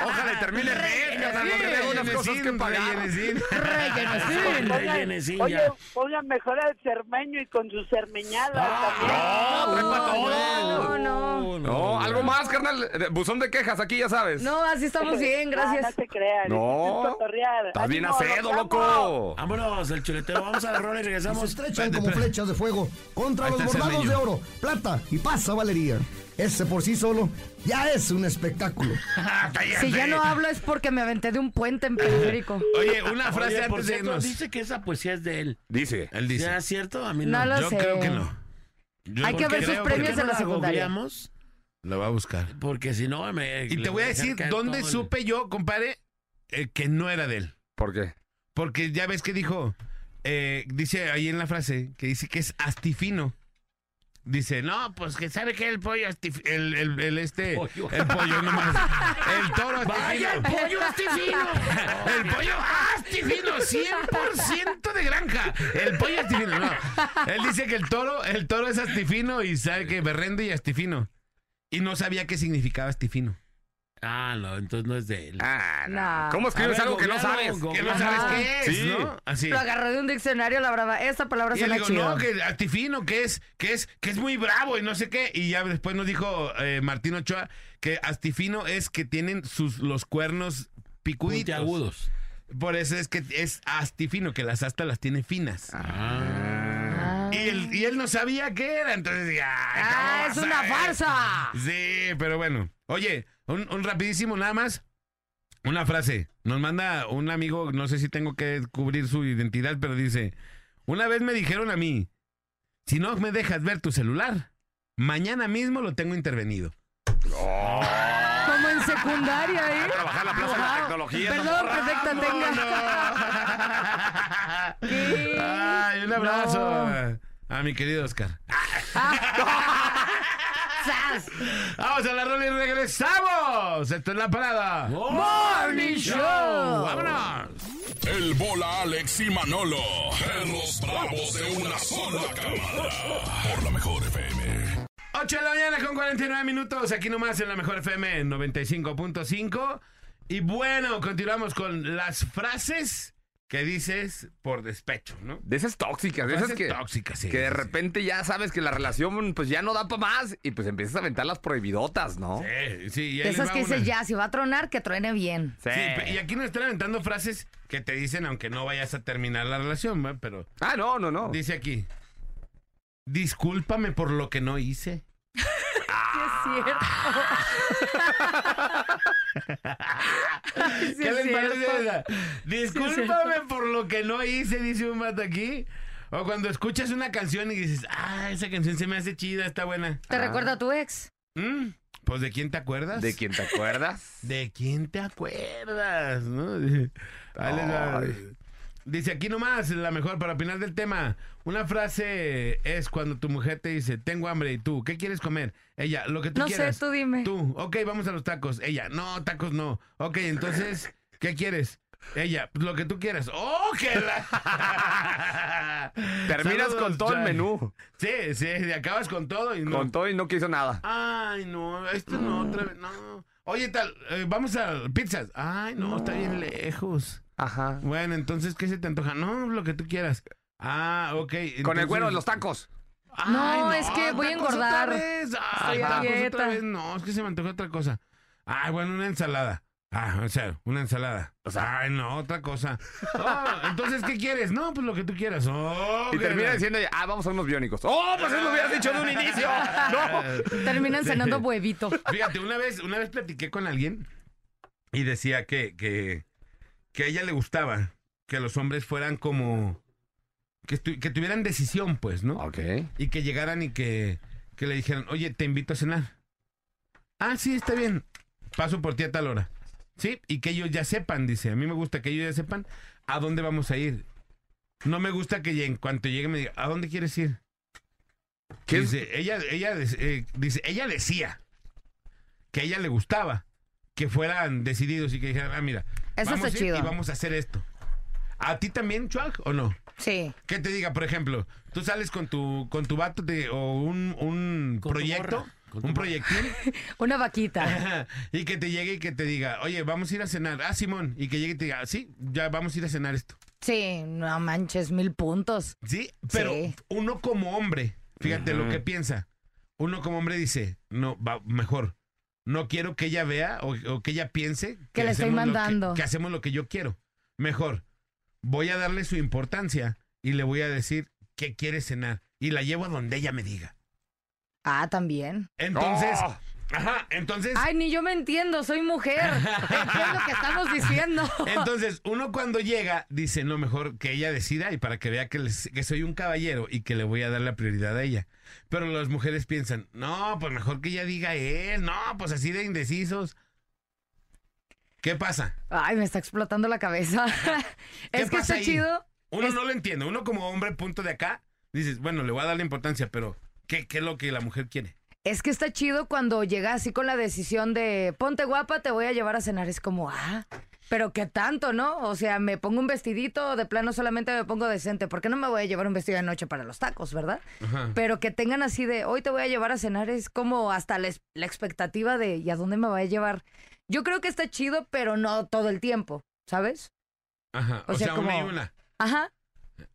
Ojalá y termine el mes, carnal, porque tengo unas cosas que
Rellenecín, rellenecín.
pagar.
Rellenecín.
Pongan-
Rellenecín,
Oye,
ya.
pongan mejor al cermeño y con su cermeñada
Ah, No, trae pa' todo.
No, no.
No, algo más, carnal. Eh, Buzón de quejas aquí, ya sabes.
No, así estamos
también.
bien,
Ah,
gracias.
no se crean.
No.
es cotorrear.
Estás bien
Ánimo,
acedo,
los amo.
loco.
Vámonos, el chuletero. Vamos a la rola y
Pues
regresamos.
estrechan como flechas de fuego contra
Ahí
los
está el
bordados
cermeño.
de oro, plata y pasa valería. Ese por sí solo ya es un espectáculo.
Si ya no hablo es porque me aventé de un puente en periférico.
Oye, una frase
Oye, por
antes de
cierto,
irnos.
dice que esa poesía es de él.
Dice.
Él dice.
¿Será cierto? A mí no.
No lo
Yo
sé.
creo que no. Yo
Hay que
creo
ver sus
no.
¿Por qué
premios
no
en la secundaria.
googleamos?
La va a buscar.
Porque si no, me.
Y te voy a decir dónde supe yo, compadre, eh, que no era de él.
¿Por qué?
Porque ya ves que dijo, eh, dice ahí en la frase, que dice que es astifino. Dice, no, pues que sabe que el pollo astif- el, el, el este,
Pollo.
el pollo nomás, el toro astifino.
¡Vaya, el pollo astifino!
El pollo astifino, 100% de granja. El pollo astifino, no. Él dice que el toro, el toro es astifino y sabe que berrendo y astifino. Y no sabía qué significaba astifino.
Ah, no, entonces no es de él.
Ah, no.
No.
¿Cómo escribes
A ver,
algo que no
googlealo,
sabes?
go-
Que no
Ajá.
sabes qué es,
Sí.
¿no? Así.
Lo agarró de un diccionario, la brava. Esta palabra
Y le
suena
digo,
chido.
no, que Actifino, que es, que es, que es muy bravo y no sé qué. Y ya después nos dijo eh, Martín Ochoa que Actifino es que tienen sus, los cuernos picuditos.
agudos.
Por eso es que es astifino, que las astas las tiene finas.
Ah,
Y, él, y él no sabía qué era, entonces ya.
Ah, es una farsa.
Sí, pero bueno. Oye, un, un rapidísimo nada más. Una frase. Nos manda un amigo, no sé si tengo que cubrir su identidad, pero dice, una vez me dijeron a mí, si no me dejas ver tu celular, mañana mismo lo tengo intervenido.
Como en secundaria, ¿eh?
Oh. Trabajar la plaza de la
Wow.
tecnología.
Perdón, perfecta, tenga. Sí.
Ay, un abrazo a- a mi querido Oscar.
¡Sas!
Vamos a la rola y regresamos. Esto es la parada.
¡Morning Show!
¡Vámonos!
El bola Alex y Manolo. En los bravos de una sola cámara. Por la mejor FM.
8 de la mañana con 49 minutos. Aquí nomás en la mejor FM 95.5. Y bueno, continuamos con las frases que dices por despecho, ¿no?
De esas tóxicas, de esas
Frases
que,
tóxicas, Pues sí,
que de
sí, sí.
repente ya sabes que la relación pues ya no da para más y pues empiezas a aventar las prohibidotas, ¿no?
Eh, sí, y ahí
De esas
les va
que dices
una.
ya, si va a tronar, que truene bien.
Sí.
Sí, pe- y aquí nos están aventando frases que te dicen aunque no vayas a terminar la relación, ¿va? pero
Ah, no, no, no.
dice aquí, discúlpame por lo que no hice.
Sí,
Ah.
es cierto. Sí,
¿Qué
es
les
cierto.
parece esa? Discúlpame por lo que no hice, dice un vato aquí. O cuando escuchas una canción y dices, ah, esa canción se me hace chida, está buena. Ah.
¿Te recuerda a tu ex?
Mm, Pues de quién te acuerdas?
¿De quién te acuerdas?
¿De quién te acuerdas? ¿no? Ahí les va.
Ay.
Dice aquí nomás, la mejor para opinar del tema. Una frase es cuando tu mujer te dice, tengo hambre, y tú, ¿qué quieres comer? Ella, lo que tú
No sé,
quieras.
tú dime.
Tú, ok, vamos a los tacos. Ella, no, tacos no. Ok, entonces, ¿qué quieres? Ella, lo que tú quieras. ¡Oh, que la!
Terminas
Saludos,
con todo el
Jack.
menú,
Sí, sí, y acabas con todo y no.
con todo y no quiso nada.
Ay, no, esto no, otra vez, no. Oye, tal, eh, vamos a pizzas. Ay, no, está bien lejos.
Ajá.
Bueno, entonces, ¿qué se te antoja? No, lo que tú quieras. Ah, ok.
Con el
entonces-
güero de los tacos.
Ay,
No, es que voy a
tacos otra
engordar.
vez. Ay,
Estoy a
tacos
dieta.
otra vez. No, es que se me antoja otra cosa. Ay, bueno, una ensalada. Ah, o sea, una ensalada. O sea, Ay, no, otra cosa. Oh, entonces, ¿qué quieres? No, pues lo que tú quieras. Oh,
Y
que
termina
la-
diciendo, ah, vamos a unos biónicos. ¡Oh, pues eso lo hubieras dicho de un inicio! ¡No!
Terminan cenando huevito.
Fíjate, una vez, una vez platiqué con alguien y decía que, que, que a ella le gustaba que los hombres fueran como. que, estu- que tuvieran decisión, pues, ¿no?
Ok.
Y que llegaran y que, que le dijeran, oye, te invito a cenar. Ah, sí, está bien. Paso por ti a tal hora. Sí, y que ellos ya sepan, dice. A mí me gusta que ellos ya sepan a dónde vamos a ir. No me gusta que en cuanto llegue me diga, ¿a dónde quieres ir?
¿Qué es?
Dice, ella, ella, des- eh, dice, ella decía que a ella le gustaba que fueran decididos y que dijeran, ah, mira,
Eso
vamos
está
a ir
chido.
y vamos a hacer esto. ¿A ti también, Chuac, o no?
Sí.
Que te diga, por ejemplo, tú sales con tu, con tu vato de- o un, un
Con tu
proyecto,
morra, con tu
un
morra.
proyectil,
Una vaquita.
y que te llegue y que te diga, oye, vamos a ir a cenar, ah, Simón, y que llegue y te diga, sí, ya vamos a ir a cenar esto.
Sí, no manches, mil puntos.
Sí, pero
Sí.
uno como hombre, fíjate lo que piensa. Uno como hombre dice, no, va, mejor. No quiero que ella vea o, o que ella piense
Que le estoy
hacemos lo que-
mandando.
que hacemos lo que yo quiero. Mejor, voy a darle su importancia y le voy a decir que quiere cenar y la llevo a donde ella me diga.
Ah, también.
Entonces,
¡Oh!
ajá, entonces,
Ay, ni yo me entiendo, soy mujer. Entiendo lo que estamos diciendo.
entonces uno cuando llega dice, no, mejor que ella decida y para que vea que, les- que soy un caballero y que le voy a dar la prioridad a ella. Pero las mujeres piensan, no, pues mejor que ella diga él, no, pues así de indecisos. ¿Qué pasa?
Ay, me está explotando la cabeza.
¿Qué
Es que
pasa
está
ahí?
chido.
Uno no lo entiende, uno como hombre punto de acá, dices, bueno, le voy a dar la importancia, pero ¿qué, qué es lo que la mujer quiere?
Es que está chido cuando llega así con la decisión de ponte guapa, te voy a llevar a cenar. Es como, ah, Pero que tanto, ¿no? O sea, me pongo un vestidito, de plano solamente me pongo decente. ¿Por qué no me voy a llevar un vestido de noche para los tacos, verdad?
Ajá.
Pero que tengan así de, hoy te voy a llevar a cenar, es como hasta la, es- la expectativa de, ¿y a dónde me voy a llevar? Yo creo que está chido, pero no todo el tiempo, ¿sabes?
Ajá. O,
o sea,
sea, una y
como-
una.
Ajá.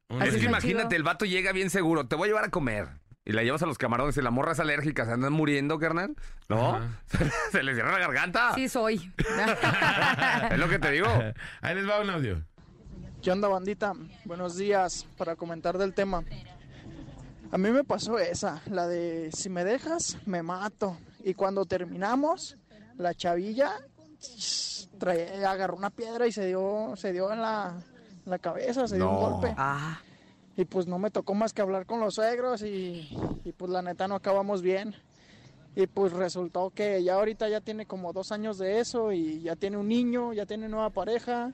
Una
es
y
que
está
una.
imagínate,
chido.
el vato llega bien seguro, te voy a llevar a comer. Y la llevas a los camarones y la morra es alérgica, se andan muriendo, carnal. ¿No?
Ajá.
se le cierra la garganta.
Sí soy.
Es lo que te digo.
Ahí les va un audio.
¿Qué onda, bandita? Buenos días para comentar del tema. A mí me pasó esa, la de si me dejas, me mato. Y cuando terminamos, la chavilla trae- agarró una piedra y se dio, se dio en la, en la cabeza, se dio
No.
un golpe.
ah,
Y pues no me tocó más que hablar con los suegros y, y pues la neta no acabamos bien. Y pues resultó que ya ahorita ya tiene como dos años de eso y ya tiene un niño, ya tiene nueva pareja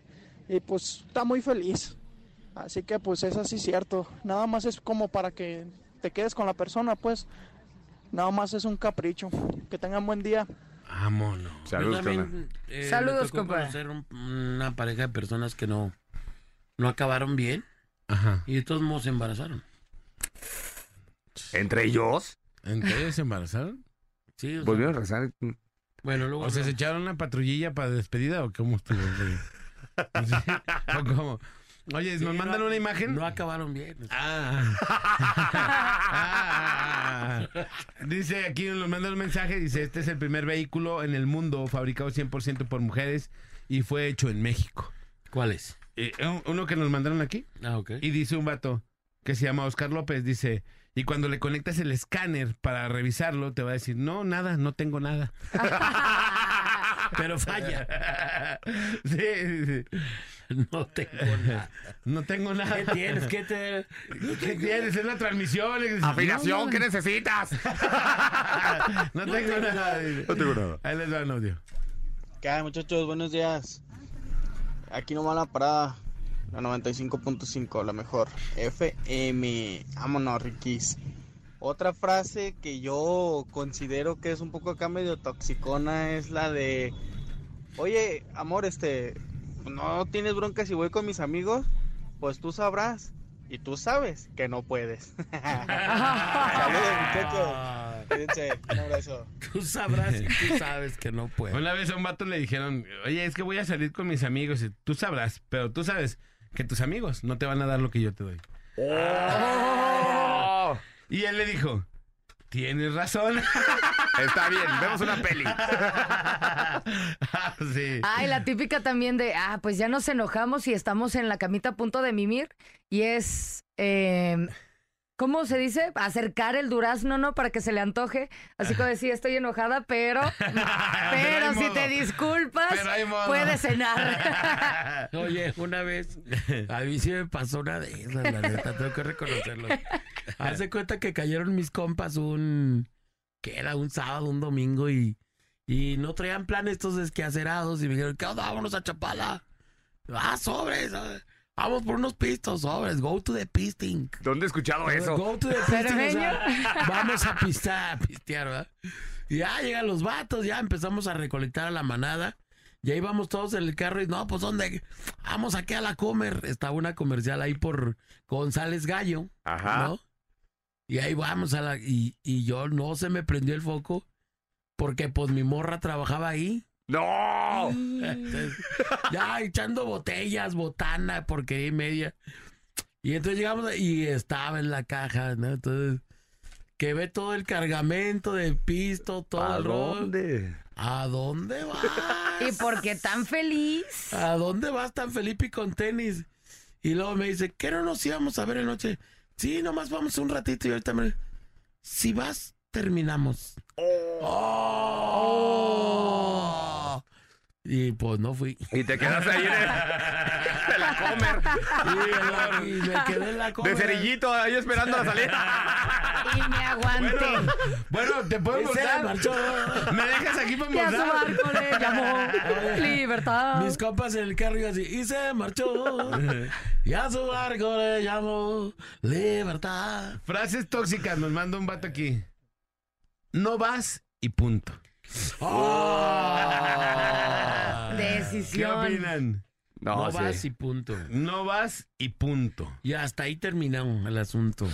y pues está muy feliz. Así que pues es así cierto. Nada más es como para que te quedes con la persona, pues nada más es un capricho. Que tengan buen día.
Vámonos.
Saludos,
Yo también, eh, me
Saludos,
tocó
compa.
conocer un- una pareja de personas que no, no acabaron bien
Ajá.
y de todos modos se embarazaron.
Entre ellos,
¿Entre ellos se embarazaron?
Sí, o sea,
volvieron a rezar.
bueno, luego...
¿O sea, se echaron una patrullilla para despedida o cómo estuvo? Sí, ¿O cómo? Oye,
Sí,
¿nos
no
mandan
ac-
una imagen?
No acabaron bien.
Ah. dice aquí, nos manda un mensaje, dice, este es el primer vehículo en el mundo fabricado 100% por mujeres y fue hecho en México.
¿Cuál es?
Eh, un- uno que nos mandaron aquí
Ah, ok.
y dice un vato que se llama Oscar López, dice, y cuando le conectas el escáner para revisarlo, te va a decir, no, nada, no tengo nada.
Pero falla.
Sí, sí, sí.
No tengo nada.
No tengo nada.
¿Qué tienes? ¿Qué te...? Ah,
¿Qué tienes? Es la transmisión.
Afinación, ¿qué necesitas?
No, tengo nada. dice.
tengo nada.
Ahí les va el audio.
¿Qué hay, muchachos? Buenos días. Aquí nomás la parada. La 95.5, la mejor. FM. Vámonos, Riquis. Otra frase que yo considero que es un poco acá medio toxicona es la de... Oye, amor, este... ¿No tienes bronca si voy con mis amigos? Pues tú sabrás. Y tú sabes que no puedes. Saludos, muchachos. Cuídense. Un abrazo.
Tú sabrás y tú sabes que no puedo.
Una vez a un vato le dijeron, oye, es que voy a salir con mis amigos. Y tú sabrás, pero tú sabes que tus amigos no te van a dar lo que yo te doy.
¡Oh!
Y él le dijo, tienes razón.
Está bien, vemos una peli.
Ah, sí.
Ay, la típica también de, ah, pues ya nos enojamos y estamos en la camita a punto de mimir. Y es, eh, ¿cómo se dice? Acercar el durazno, ¿no? Para que se le antoje. Así como decía, estoy enojada, pero, pero
hay
si
modo.
te disculpas,
Pero hay modo.
puedes cenar.
Oye, una vez, a mí sí me pasó una de esas, la neta, tengo que reconocerlo. Hace cuenta que cayeron mis compas un, que era un sábado, un domingo, y, y no traían plan estos desquacerados, y me dijeron, ¿qué onda? Vámonos a Chapala. Ah, sobres, ah, vamos por unos pistos, sobres, go to the pisting.
¿Dónde he escuchado eso?
Go to the
Pero,
pisting, o sea, vamos a pistar, a pistear, ¿verdad? Y ya llegan los vatos, ya empezamos a recolectar a la manada. Y ahí vamos todos en el carro y no, pues ¿dónde? Vamos aquí a la comer. Estaba una comercial ahí por González Gallo,
Ajá.
¿no? Y ahí vamos a la... Y, y yo no se me prendió el foco porque pues mi morra trabajaba ahí.
¡No!
Entonces, ya echando botellas, botana, porquería y media. Y entonces llegamos a- y estaba en la caja, ¿no? Entonces, que ve todo el cargamento de pisto, todo
¿A
el rollo.
dónde?
¿A dónde
¿Y
vas?
por qué tan feliz?
¿A dónde vas tan Felipe con tenis? Y luego me dice, ¿qué no nos íbamos a ver en noche? Sí, nomás vamos un ratito y ahorita me... Si vas, terminamos. ¡Oh! Y pues no fui.
Y te quedas ahí en el- en la comer.
Y me- y me quedé en la
De
cómoda.
cerillito, ahí esperando la salida.
Y me aguanté.
Bueno, ¿te puedo
Y se
mostrar?
marchó.
¿Me dejas aquí para
Y a su
mostrar?
barco le llamó libertad.
Mis compas en el carro y así, y se marchó. Y a su barco le llamó libertad.
Frases tóxicas, nos manda un vato aquí. No vas y punto.
¡Oh!
De
¿Qué
decisión.
opinan?
No,
no
sí.
vas y punto.
No vas y punto.
Y hasta ahí terminamos el asunto.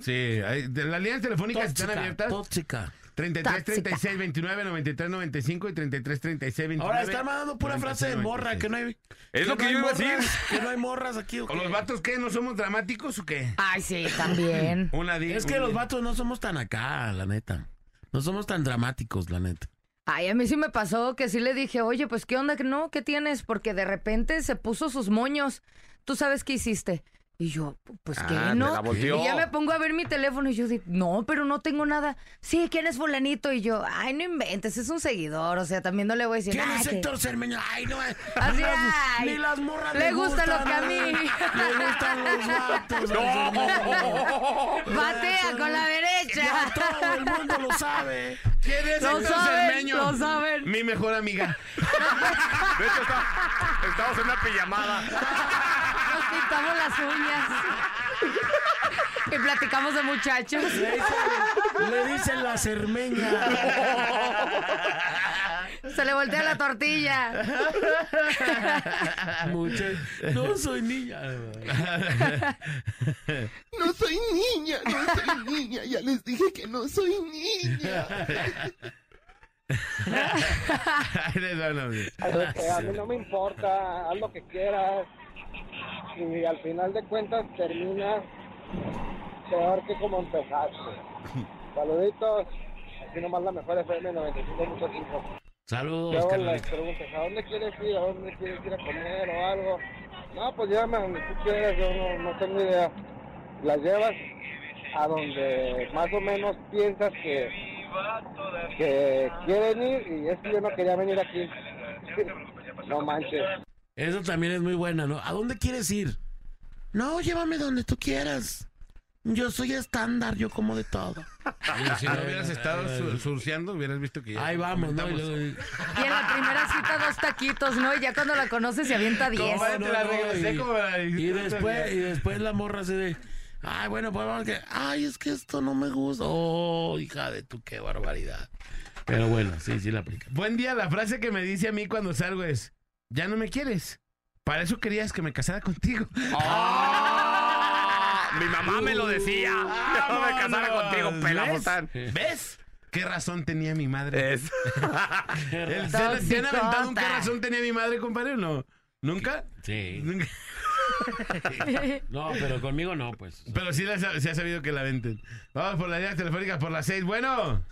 Sí, hay- de las líneas telefónicas están abiertas.
tóxica.
33
Tóxica.
36 29 93 95 y 33 36 29.
Ahora está mandando pura frase de morra, que no hay.
Es lo que
no hay
yo iba a decir.
morras, Que no hay morras aquí. ¿o
¿Con
qué?
los vatos qué? ¿No somos dramáticos o qué?
Ay, sí, también.
Una di-
Es que
una
los
di-
vatos no somos tan acá, la neta. No somos tan dramáticos, la neta.
Ay, a mí sí me pasó que sí le dije, oye, pues qué onda, que no, ¿qué tienes? Porque de repente se puso sus moños. ¿Tú sabes qué hiciste? Y yo, pues qué,
Ah, te
¿no?
la volteó.
Y ya me pongo a ver mi teléfono y yo digo, no, pero no tengo nada. Sí, ¿quién es fulanito? Y yo, ay, no inventes, es un seguidor, o sea, también no le voy a decir
¿Quién
nada.
es Héctor Cermeño? Ay, no es.
Así,
ni, las,
ay,
ni las morras
le gusta lo que a mí.
Le gustan los vatos.
¡No!
Batea con la derecha.
Ya todo el mundo lo sabe.
¿Quién es
Lo
Héctor
saben,
Cermeño?
lo saben.
Mi mejor amiga.
De hecho, está- estamos en una pijamada.
Nos pintamos las uñas. Y platicamos de muchachos.
Le dicen, le dicen la cermeña.
Se le voltea la tortilla.
Mucha- No soy niña.
No soy niña, no soy niña. Ya les dije que no soy niña.
Ahí les va una vez.
a mí no me importa, haz lo que quieras. Y al final de cuentas terminas peor que como empezaste. Saluditos. Aquí nomás la mejor FM 95.5.
Saludos,
Luego les
carnalito.
preguntas, ¿a dónde quieres ir? ¿A dónde quieres ir a comer o algo? No, pues llévame a donde tú quieras, yo no, no tengo idea. Las llevas a donde más o menos piensas que, que quieren ir y es que yo no quería venir aquí. No manches.
Eso también es muy buena, ¿no? ¿A dónde quieres ir? No, llévame donde tú quieras. Yo soy estándar, yo como de todo.
Y si no hubieras estado su- surceando, hubieras visto que ya.
Ahí vamos, ¿no?
comentamos.
Y luego-
Y en la primera cita dos taquitos, ¿no? Y ya cuando la conoces se avienta 10.
Comadre,
No,
te la
no,
regresé
y-
como la
Y
dijiste
después,
también.
y después la morra así de, ay, bueno, pues vamos que, ay, es que esto no me gusta. Oh, hija de tu, qué barbaridad. Pero bueno, sí, sí la aplica.
Buen día, la frase que me dice a mí cuando salgo es, ya no me quieres. Para eso querías que me casara contigo.
¡Ah! Mi mamá me lo decía. Yo me casara
Uh, Vámonos.
contigo, pelabotán.
¿Ves? ¿Qué razón tenía mi madre?
Es.
El- ¿Se han- se han
Toxicota.
aventado un qué razón tenía mi madre, compadre, o no? ¿Nunca?
Sí.
Nunca.
No, pero conmigo no, pues.
Pero sí la sa- se ha sabido que la venden. Vamos por las líneas telefónicas por las seis. Bueno,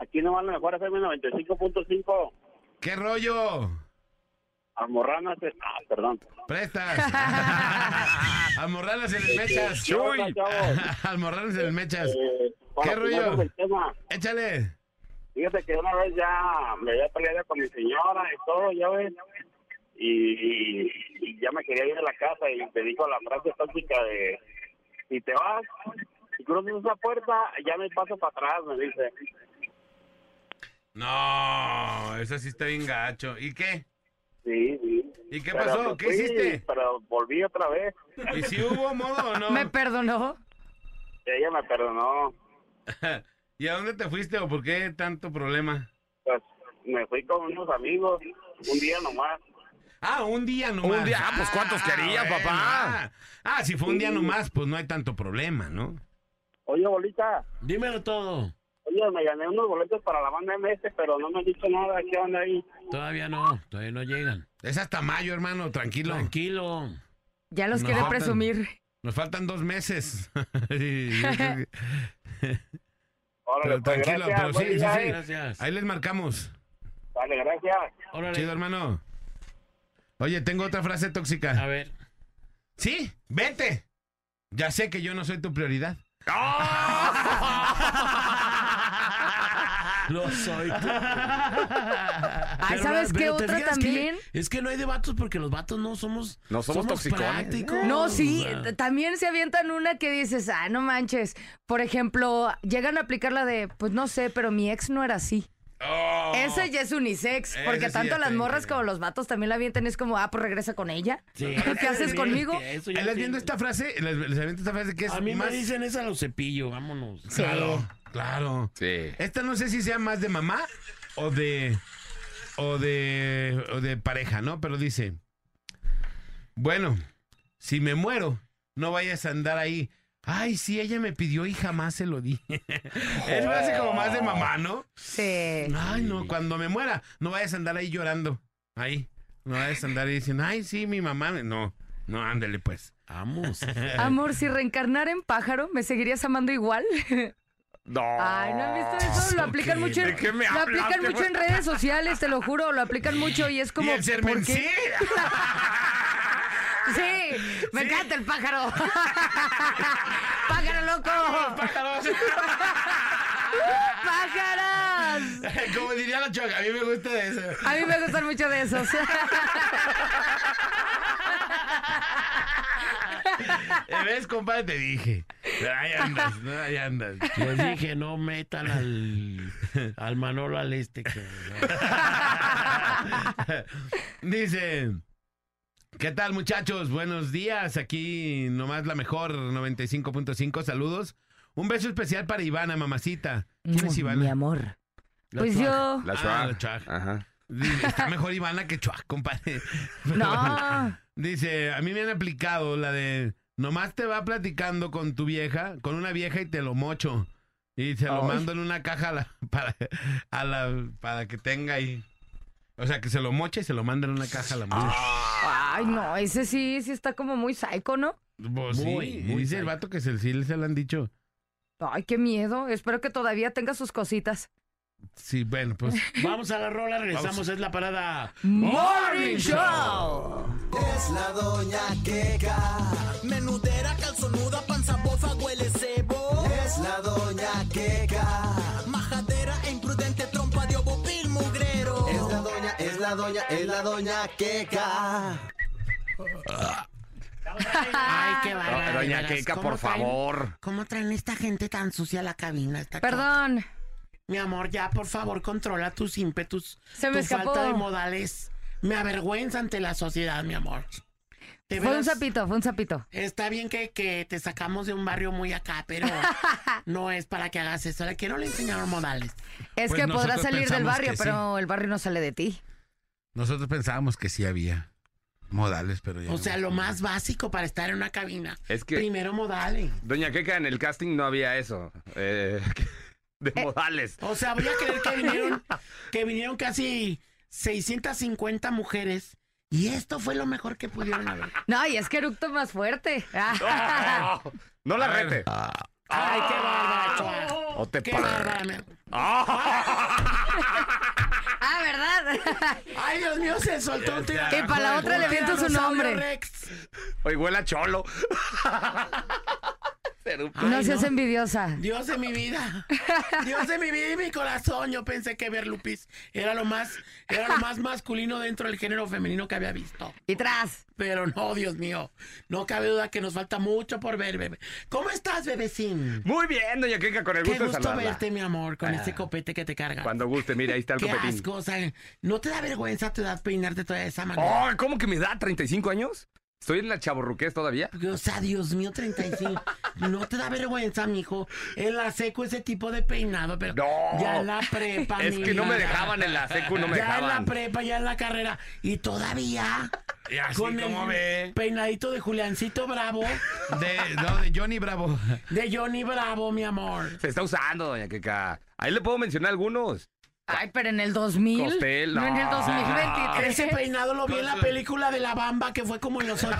Aquí nomás la mejor FM 95.5.
¿qué rollo?
Almorranas, ah, perdón.
Prestas. Almorranas en el mechas.
Chuy.
Almorranas en el mechas.
Eh,
para ¿Qué rollo?
rollo?
finalizar el Échale.
Fíjate que una vez Pues ya me había peleado con mi señora y todo, ya ves. Y, y- y ya me quería ir a la casa y te dijo la frase tóxica de: si te vas y cruzas esa puerta, ya me paso para atrás, me dice.
No, esa sí está bien gacho. ¿Y qué?
Sí, sí.
¿Y qué
Pero
pasó?
me
¿Qué
fui,
hiciste?
Pero volví otra vez.
¿Y si hubo modo o no?
Me perdonó.
Ella me perdonó.
¿Y a dónde te fuiste o por qué tanto problema?
Pues me fui con unos amigos un día nomás.
Ah, un día nomás.
Un día, ah, pues, ¿cuántos querías, papá?
ah. Ah, si fue un día nomás, pues no hay tanto problema, ¿no?
Oye, bolita,
Dímelo todo.
oye, me gané unos boletos para la banda MS, pero no me han dicho nada. ¿Qué onda ahí?
Todavía no, todavía no llegan.
Es hasta mayo, hermano, tranquilo.
Tranquilo.
Ya los
No,
quiere
tan-
presumir.
Nos faltan dos meses. Sí, yo creo que-
Órale,
pero
pues,
tranquilo,
gracias,
pero sí,
buen
sí,
día,
sí.
¿eh?
Gracias.
Ahí les marcamos.
Vale, gracias.
Órale.
Chido, hermano. Oye, tengo otra frase
A
tóxica.
ver.
Sí, vete. Ya sé que yo no soy tu prioridad.
No soy. Ay,
¿sabes qué otra también?
es que no hay de vatos porque los vatos no somos.
No somos toxicones. ¿eh?
prácticos.
No, sí,
O sea,
t- también se avientan una que dices, ah, no manches. Por ejemplo, llegan a aplicar la de, pues no sé, pero mi ex no era así.
Oh.
Esa ya es unisex,
Esa
porque
sí
tanto
ya
las
está
morras
bien.
como los vatos también la avientan. Es como, ah, pues regresa con ella.
sí,
¿Qué haces
sí,
conmigo?
que eso ya
Ahí les
tiene-
viendo esta frase, les, les aviento esta frase que es
A mí
más...
me dicen esa los cepillo, vámonos.
Claro, claro.
Sí.
Esta no sé si sea más de mamá o de o de, o de pareja, ¿no? Pero dice, bueno, si me muero, no vayas a andar ahí. Ay, sí, ella me pidió y jamás se lo di. es así como más de mamá, ¿no?
Sí.
Ay, no, cuando me muera, no vayas a andar ahí llorando. Ahí. No vayas a andar ahí diciendo, ay, sí, mi mamá. me-". No, no, ándale pues.
Vamos.
Amor, si reencarnara en pájaro, ¿me seguirías amando igual?
No.
Ay, ¿no has visto eso? Lo aplican mucho, en-
¿De qué me
lo
hablas?
aplican
Te
mucho en redes sociales, te lo juro, lo aplican mucho y es como
y el
¿por
sermón,
qué?
sí.
Sí, me encanta el pájaro. pájaro loco. Pájaros.
como diría la choca, a mí me gusta eso.
A mí me gustan mucho de esos.
Eh, ¿Ves, compadre? Te dije. Pero ahí andas, ¿no? Ahí andas.
Les dije, no metan al, al Manolo al este. cabrón.
Dice, ¿qué tal muchachos? Buenos días, aquí nomás la mejor 95.5, saludos. Un beso especial para Ivana, mamacita. ¿Quién es Ivana?
Mi amor.
La
Mm. Pues
chuaca.
yo.
La
Ah,
Chua.
la Chua.
Ajá.
Dice, Está mejor Ivana que Chua, compadre. Pero bueno.
No.
Dice, a mí me han aplicado la de, nomás te va platicando con tu vieja, con una vieja y te lo mocho. Y se lo
Ay.
mando en una caja a la- para, a la- para que tenga ahí. O sea, que se lo moche y se lo manda en una caja a la mujer.
Ay, no, ese sí, sí está como muy psycho, ¿no?
Pues
Muy,
sí,
muy
dice el
psycho.
vato que se, sí se le han dicho.
Ay, qué miedo. Espero que todavía tenga sus cositas.
Sí, bueno, pues.
Vamos a la rola, regresamos,
Vamos.
es la parada.
Morning Show.
Es la doña queca. Menudera, calzonuda, panza bofa, huele cebo. Es la doña queca. Majadera e imprudente, trompa de ovo, pil mugrero. Es la doña, es la doña, es la doña queca.
Ay, qué bárbaro,
Doña
verás,
Keika,
¿cómo
por
traen-
favor.
¿Cómo traen esta gente tan sucia a la cabina? Esta cosa?
Perdón.
Mi amor, ya, por favor, controla tus ímpetus.
Se me
tu
escapó.
falta de modales. Me avergüenza ante la sociedad, mi amor. De
Fue un
veras,
sapito, fue un sapito.
Está bien que, que te sacamos de un barrio muy acá, pero no es para que hagas eso. Le quiero le enseñar modales.
Es
Pues
que podrás
nosotros
salir del
pensamos
barrio,
que sí.
pero el barrio no sale de ti.
Nosotros pensábamos que sí había modales, pero ya.
O
no.
sea, lo más básico para estar en una cabina.
Es que-
Primero modales.
Doña Keika, en el casting no había eso. eh, de modales.
O sea, voy a creer que vinieron, que vinieron casi 650 mujeres y esto fue lo mejor que pudieron haber.
No, y es que eructo más fuerte.
¡Ah! No la
A ver.
rete.
Ah,
Ay, qué bárbara, Chua.
O te
Qué
pa-
bárbara, mi amor.
Ah, ¿verdad?
Ay, Dios mío, se soltó un tiro.
Y para la otra le viento su nombre.
Oye, huele a cholo. Pero-
Ah, no seas
no.
envidiosa.
Dios de mi vida. Dios de mi vida y mi corazón. Yo pensé que ver Lupis era lo más, era lo más masculino dentro del género femenino que había visto.
Y tras.
Pero no, Dios mío. No cabe duda que nos falta mucho por ver, bebé. ¿Cómo estás, bebecín?
Muy bien, doña Keika, con el
Qué
gusto de
gusto
saludarla.
verte, mi amor, con ese copete que te cargas.
Cuando guste, mira, ahí está el
Qué
copetín.
asco, o sea, ¿no te da vergüenza te da peinarte toda esa manera?
Ay, ¿Cómo que me da 35 años? ¿Estoy en la chaborruqués todavía?
O sea, Dios mío, 35. ¿No te da vergüenza, mijo? En la seco ese tipo de peinado, pero
No.
ya en la prepa,
Es
mi
que no me
vida.
dejaban en la secu, no me
ya en
dejaban.
la prepa, ya en la carrera. Y todavía
Y así
con
como
el
ve.
peinadito de Juliancito Bravo,
De, no, de Johnny Bravo.
de Johnny Bravo, mi amor.
Se está usando, doña Keika. Ahí le puedo mencionar algunos.
Ay, pero en el 2000.
Costel,
no. en el
no.
Ese
2023.
peinado lo vi en la película de La Bamba que fue como en los 80.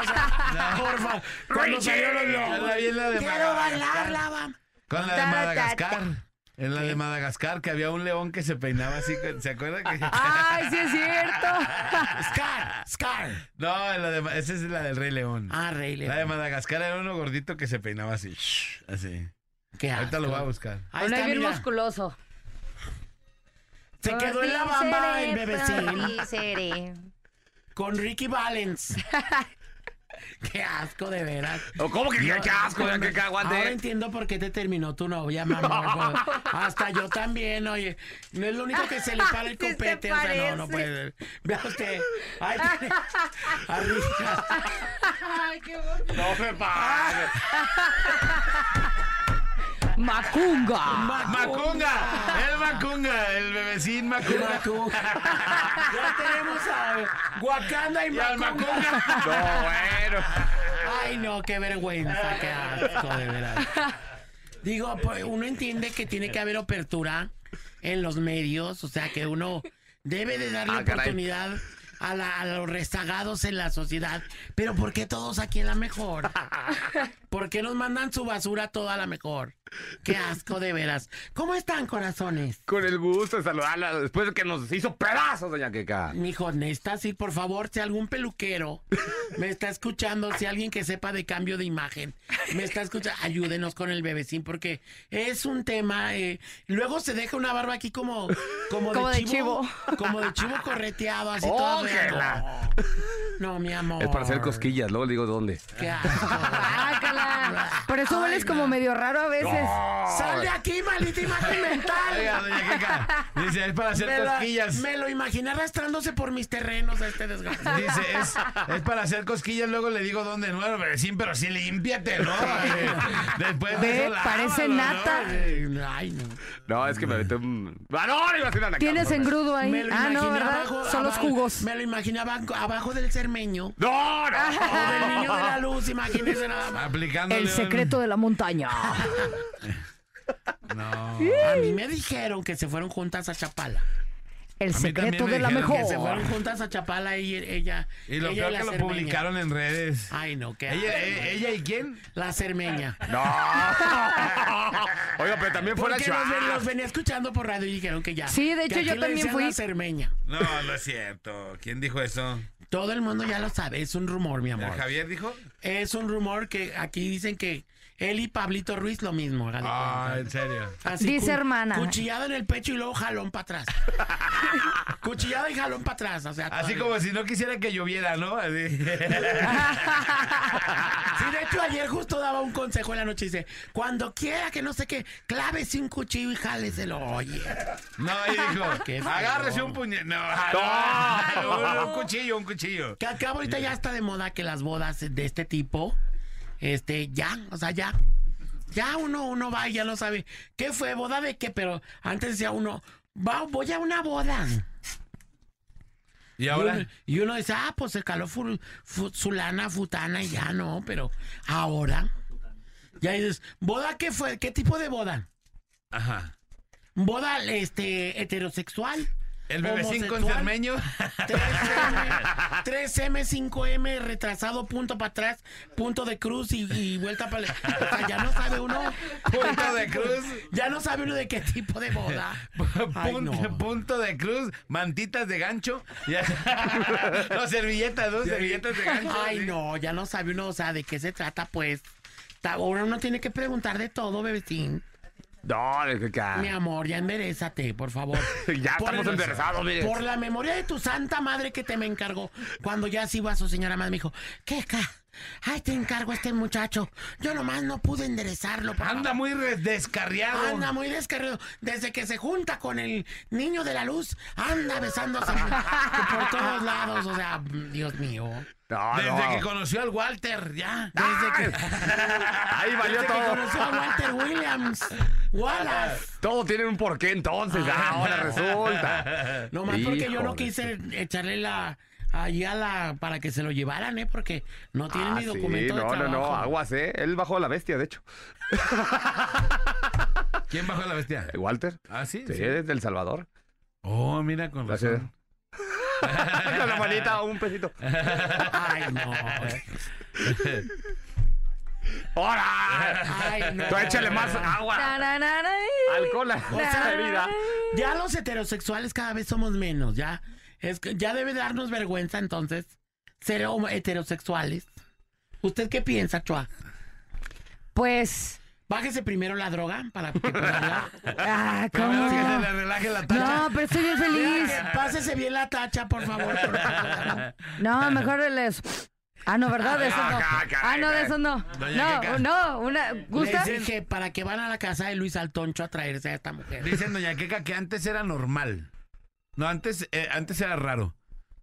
O sea, porfa. Cuando salió lo vio.
Ya la vi en la de
Quiero
Madagascar.
bailar La Bamba.
Con la de Madagascar. En la de Madagascar, que había un león que se peinaba así. con- ¿Se acuerdan? Que...
Ah,
Ay, sí es cierto.
Scar, Scar.
No, en la de- esa es la del Rey León.
Ah, Rey
la de
León.
Madagascar era uno gordito que se peinaba así. Así.
Qué
Ahorita lo
asco.
voy a buscar.
Ahí
Bueno,
está,
ahí bien
mira.
musculoso.
Se quedó en la bamba el bebecín.
seré.
Con Ricky Valens. Qué asco, de veras.
¿O ¿Cómo que qué asco, doña Keika?
Ahora
Aguante.
entiendo por qué te terminó tu novia, mamá. Hasta yo también, oye. No es lo único que se le para el
Sí se
copete. O sea, no, no
parece.
puede ser. Vea usted. Ahí tiene. Arriba.
Ay, qué bonito.
No me pague.
Macunga.
Macunga, el Macunga, el bebecín Macunga.
Ya tenemos a Wakanda y
Y al
Macunga.
Macunga. No,
eh.
bueno.
Ay, no, qué vergüenza, qué asco, de verdad. Digo, pues, uno entiende que tiene que haber apertura en los medios, o sea, que uno debe de darle
Ah, caray.
oportunidad a, la- a los rezagados en la sociedad. Pero ¿por qué todos aquí en la mejor? ¿Por qué nos mandan su basura toda a la mejor? Qué asco, de veras. ¿Cómo están, corazones?
Con el gusto de saludarla después de que nos hizo pedazos, doña Queca.
Mijo, neta, sí, por favor, si algún peluquero me está escuchando, si alguien que sepa de cambio de imagen me está escuchando, ayúdenos con el bebecín, porque es un tema. eh, luego se deja una barba aquí como, como,
Como de
Como de chivo correteado, así
¡Oh,
todo.
que
feo.
la-
No, mi amor.
Es para hacer cosquillas, luego le digo dónde.
Qué asco.
Guácala. Por eso
Ay,
hueles como
no.
medio raro a veces.
¡Sal de aquí, maldita imagen
Oiga,
mental!
doña Queca, dice, es para hacer
Me la-
cosquillas.
me lo imaginé arrastrándose por mis terrenos a este desgraciado.
Dice, es, es para hacer cosquillas, luego le digo dónde no, pero sí, pero sí, límpiate, ¿no? Después de
Ve,
eso,
parece
lávalo, ¿no?
nata.
Ay, no.
No, es que me metí un. ¡Ah, no! Le iba a decir a la
Tienes
Carla,
engrudo ahí.
Me lo
Ah, no,
imaginé
¿verdad?
abajo-
Son los
abajo-
jugos.
Me lo imaginaba abajo- abajo del cermeño.
¡No,
O del niño de
no!
la luz, imagínense nada más.
Aplicándole
El
un-
secreto de la montaña.
No.
A mí me dijeron que se fueron juntas a Chapala.
El
A mí también
secreto
me
de la
dijeron que
mejor.
Se fueron juntas a Chapala y ella.
Y lo
ella
peor
la
que lo
cermeña.
publicaron en redes.
Ay, no, qué.
Ella,
asco.
e- ella y quién?
La cermeña.
¡No! Oiga, pero también fue la
Porque los, ven-
chava.
los venía escuchando por radio y dijeron que ya.
Sí, de hecho,
que aquí
yo
le
también
decían
fui.
La cermeña.
No, no es cierto. ¿Quién dijo eso?
Todo el mundo ya lo sabe, es un rumor, mi amor.
¿Javier dijo?
Es un rumor que aquí dicen que él y Pablito Ruiz lo mismo. hagan de
Ah,
cuenta.
en serio.
Así,
Dice hermana.
Cuchillado en el pecho y luego jalón para atrás. cuchillado y jalón para atrás. O sea,
Así
todavía.
como si no quisiera que lloviera, ¿no? Así.
Sí, de hecho, ayer justo daba un consejo en la noche. Dice: Cuando quiera que no sé qué, clávese un cuchillo y jáleselo. Oye.
No, ahí dijo,
Qué feo.
agárrese un puñet. No, no, un cuchillo, un cuchillo.
Que al cabo ahorita ya está de moda que las bodas de este tipo, este, ya, o sea, ya. Ya uno, uno va y ya lo sabe. ¿Qué fue? ¿Boda de qué? Pero antes decía uno, va, voy a una boda.
Y
Y uno,
ahora,
y uno dice, ah, pues se caló fu- fu- fulana, futana, y ya no, pero ahora. Ya dices, ¿boda qué fue? ¿Qué tipo de boda?
ajá.
¿Boda este, heterosexual?
El bebecín con
homosexual,
cermeño.
3M, 3M, 5M, retrasado, punto para atrás, punto de cruz y, y vuelta para... O sea, ya no sabe uno...
Punto de cruz.
Ya no sabe uno de qué tipo de boda. Ay,
Punto,
no.
punto de cruz, mantitas de gancho. Ya- no, servilletas, dos servilletas de gancho.
Ay,
sí.
no, ya no sabe uno, o sea, de qué se trata, pues. Ta- Ahora uno tiene que preguntar de todo, bebecín.
No, la
Ah.
Queca.
Mi amor, ya enderezate, por favor.
Ya
Por
estamos
el-
enderezados, mire.
Por la memoria de tu santa madre que te me encargó. Cuando ya se iba su señora madre, me dijo, ¿qué ca? Ay, te encargo a este muchacho. Yo nomás no pude enderezarlo. por
Anda muy re- descarriado.
favor. Anda muy descarriado. Desde que se junta con el niño de la luz, anda besándose por todos lados. O sea, Dios mío.
No,
Desde
no.
que conoció al Walter, ya.
Desde que,
Ahí valió
desde que
todo.
conoció a Walter Williams. Wallace.
Todo tiene un porqué entonces. Ah, ahora resulta.
No más porque yo no
Híjole.
quise echarle la ahí a la para que se lo llevaran, eh, porque no tiene
Ah,
ni
sí,
documento de
no, no,
trabajo.
no, aguas, ¿eh? Él bajó a la bestia, de hecho.
¿Quién bajó la bestia?
Eh, Walter.
Ah, sí.
Sí,
sí.
es del Salvador.
Oh, mira, con
Gracias.
razón.
Con la manita, un pesito.
Ay, no.
¡Hora!
Ay, no.
Tú échale más agua,
Tararara.
alcohol a esa bebida.
Ya los heterosexuales cada vez somos menos, ya. Es que ya debe darnos vergüenza entonces ser homo- heterosexuales. ¿Usted qué piensa, Chua?
Pues.
Bájese primero la droga para que pueda hablar.
Ah,
Pero
¿cómo?
menos que se le relaje la tacha.
No, pero estoy bien feliz.
Pásese bien la tacha, por favor.
No, mejor el eso. Ah, no, ¿verdad? De eso no.
Ah, caray,
Ah, no, de eso no.
Doña Queca.
No, no, una. ¿Gusta?
Les dije para que van a la casa de Luis Altoncho a traerse a esta mujer.
Dicen Doña Queca que antes era normal. No, antes, eh, antes era raro.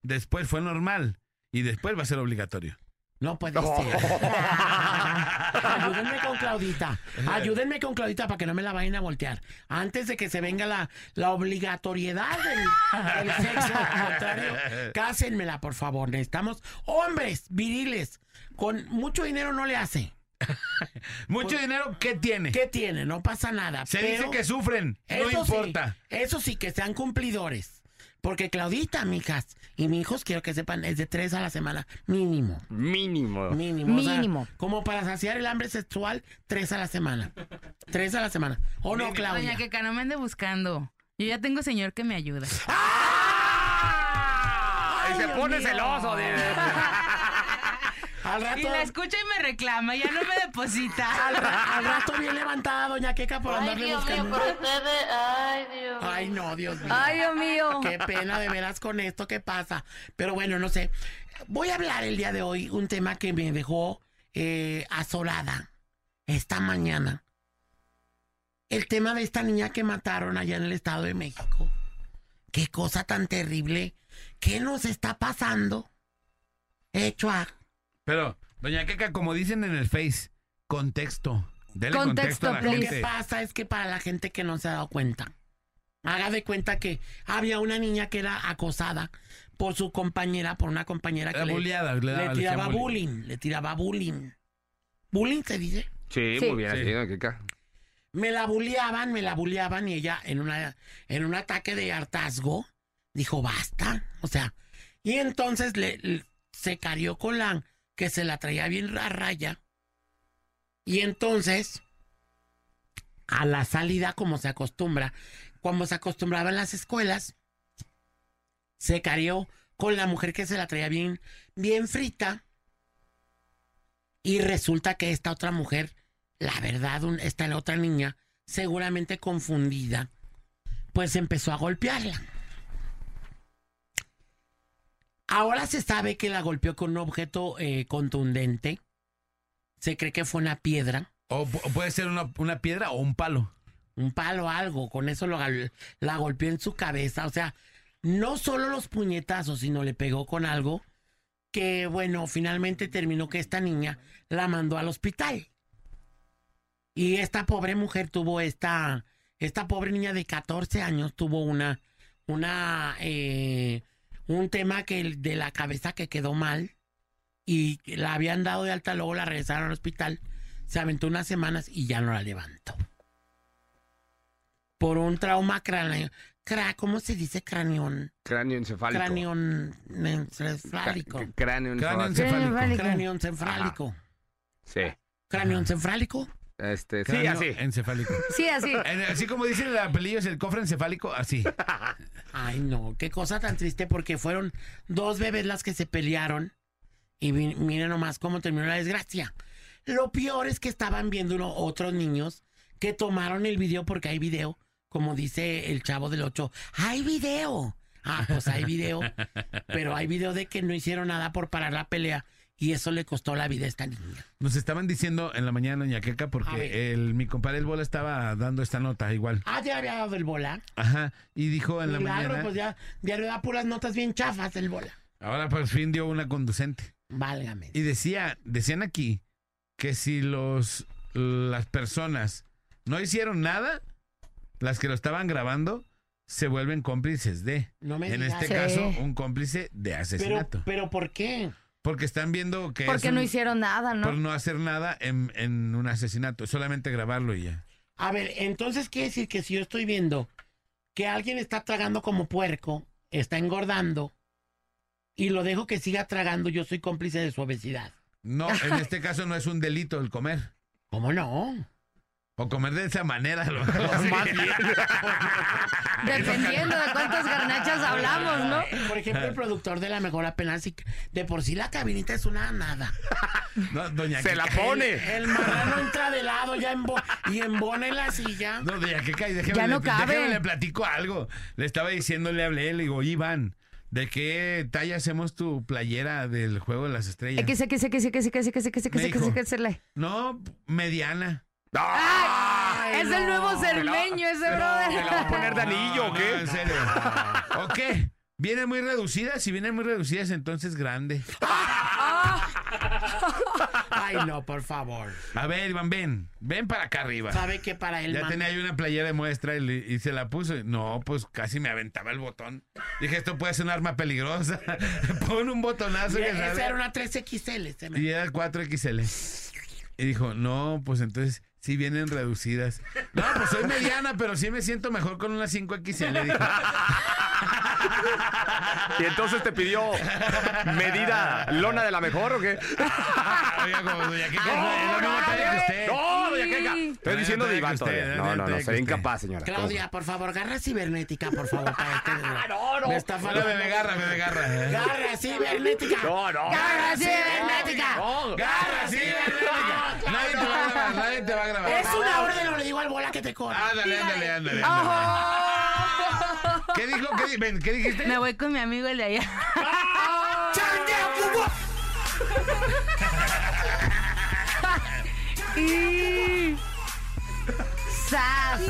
Después fue normal. Y después va a ser obligatorio.
No puede ser. Ayúdenme con Claudita. Ayúdenme con Claudita para que no me la vayan a voltear. Antes de que se venga la, la obligatoriedad del, del sexo contrario, cásenmela, por favor. Necesitamos hombres viriles. Con mucho dinero no le hace.
Mucho dinero, ¿qué tiene?
¿Qué tiene? No pasa nada.
Se
pero-
dice que sufren, no
eso sí,
importa.
eso sí, que sean cumplidores. Porque Claudita, mijas, y mis hijos, quiero que sepan, es de tres a la semana mínimo.
Mínimo.
Mínimo. o sea,
Mínimo.
como para saciar el hambre sexual, tres a la semana. Tres a la semana. ¿O no, Claudia?
Doña Queca, no me ande buscando. Yo ya tengo señor que me ayuda.
¡Ah!
Ay,
y se
Dios
pone
mío.
celoso. de-
Al
Y
rato,
la escucha y me reclama, ya no me
al,
deposita.
ra- al rato bien levantada, doña Queca, por andarle buscando.
ustedes, ay, Dios.
Ay, no, Dios mío.
Ay, Dios mío.
Qué pena de veras con esto que pasa. Pero bueno, no sé. Voy a hablar el día de hoy un tema que me dejó eh, asolada esta mañana. El tema de esta niña que mataron allá en el Estado de México. Qué cosa tan terrible. ¿Qué nos está pasando? Hecho a...
Pero, doña Queca, como dicen en el Face, contexto. Dele contexto,
Contexto,
a la
Lo
please.
que
gente.
pasa es que para la gente que no se ha dado cuenta, haga de cuenta que había una niña que era acosada por su compañera, por una compañera que
Era
le,
bulleada, le daba-
le
le decían
tiraba
bullying.
bullying. le tiraba bullying. ¿Bullying se dice?
Sí,
Sí.
muy bien,
Sí.
así, doña Kika.
Me la bulleaban, me la bulleaban y ella en, una, en un ataque de hartazgo dijo, basta, o sea, y entonces le, le- se carió con la que se la traía bien a raya y entonces a la salida como se acostumbra, como se acostumbraba en las escuelas, se carió con la mujer que se la traía bien, bien frita y resulta que esta otra mujer la verdad, un- esta la otra niña, seguramente confundida, pues empezó a golpearla. Ahora se sabe que la golpeó con un objeto eh, contundente. Se cree que fue una piedra,
O pu- puede ser una, una piedra o un palo.
un palo, algo. Con eso lo gal- la golpeó en su cabeza. O sea, no solo los puñetazos, sino le pegó con algo que, bueno, finalmente terminó que esta niña la mandó al hospital. Y esta pobre mujer tuvo esta, esta pobre niña de 14 años tuvo una, una, eh, un tema que el- de la cabeza que quedó mal y la habían dado de alta, luego la regresaron al hospital, se aventó unas semanas y ya no la levantó. Por un trauma cráneo, cra- ¿cómo se dice cranión?
Cráneo encefálico.
Cranión
encefálico.
encefálico.
Cráneo
Cráneo
encefálico.
encefálico.
Cráneo encefálico.
Sí.
Cráneo encefálico.
Este, sí,
Cráneo
así.
Encefálico.
Sí, así.
En- Así como dicen la pelillos, el cofre encefálico, así.
Ay, no, qué cosa tan triste porque fueron dos bebés las que se pelearon y vi- miren nomás cómo terminó la desgracia. Lo peor es que estaban viendo uno- otros niños que tomaron el video porque hay video, como dice el chavo del 8, hay video. Ah, pues hay video, pero hay video de que no hicieron nada por parar la pelea y eso le costó la vida a esta niña.
Nos estaban diciendo en la mañana, doña Queca,
A ver.
porque el, mi compadre El Bola estaba dando esta nota igual.
Ah, ya había dado el bola.
Ajá. Y dijo en la
Milagro,
mañana.
pues ya, ya le da puras notas bien chafas el bola.
Ahora por fin dio una conducente.
Válgame.
Y decía, decían aquí que si los las personas no hicieron nada, las que lo estaban grabando se vuelven cómplices de.
No me
en
digas.
este
Sí.
caso, un cómplice de
Pero,
asesinato.
pero ¿por qué?
porque están viendo que
Porque
es
no
un-
hicieron nada,
por
¿no?
no hacer nada en, en un asesinato, solamente grabarlo y ya.
A ver, entonces quiere decir que si yo estoy viendo que alguien está tragando como puerco, está engordando, y lo dejo que siga tragando, yo soy cómplice de su obesidad.
No, en este caso no es un delito el comer.
¿Cómo no?
O comer de esa manera, a lo mejor.
Más bien.
Dependiendo de cuántas garnachas hablamos, ¿no?
Por ejemplo, el productor de la mejor apenas si- de por sí la cabinita es una nada.
No, doña
Se la
Kika.
pone.
El marrano entra de lado ya embo- y embona en la silla.
No, doña Kika, y déjeme,
Ya no
le,
cabe.
déjeme le platico algo. Le estaba diciendo, le hablé, le digo, "Oye, Iván, ¿de qué talla hacemos tu playera del Juego de las Estrellas?
X, X, X, X, X, X, X,
Me dijo.
X, X, X,
No, mediana.
¡Ah!
¡Ay! Es el nuevo cermeño ese,
¿Me la va a
brother.
poner de anillo o
No,
qué?
en serio. ¿O
Ah.
qué? Vienen muy reducidas, si vienen muy reducidas, entonces grande.
Ay, no, por favor.
A ver, Iván, ven. Ven para acá arriba.
¿Sabe qué para él,
ya
man-
tenía yo una playera de muestra y, le- y se la puso. No, pues casi me aventaba el botón. Dije, esto puede ser un arma peligrosa. Pon un botonazo.
Y
que
Esa
salga.
era una 3XL. ese man.
Y era 4XL. Y dijo, no, pues entonces sí vienen reducidas. No, pues soy mediana, pero sí me siento mejor con una 5XL. Dijo,
Y entonces te pidió medida lona de la mejor o qué?
oiga, Ah, como doña Keka,
No,
es la misma
no,
talla que usted.
No, doña Keka. Estoy
No,
diciendo
no,
de Iván
usted,
todavía.
no,
No, no,
no,
no,
usted.
soy incapaz, señora.
Claudia, por favor, garra cibernética, por favor. Para este... no, no. Me está
Hola,
faltando.
bebé, garra, bebé, garra.
Garra cibernética.
No, no.
¡Garra cibernética!
No,
Garra, sí, garra. Nadie te va a grabar, nadie te va a grabar.
Ah, Es una orden, no le digo al bola que te corra.
Ándale, ándale, ándale. ándale.
¡Ojo!
¿Qué dijo? ¿Qué, di- ven, ¿qué dijiste?
Me voy con mi amigo el de allá.
¡Ah!
Y... ¡Sas!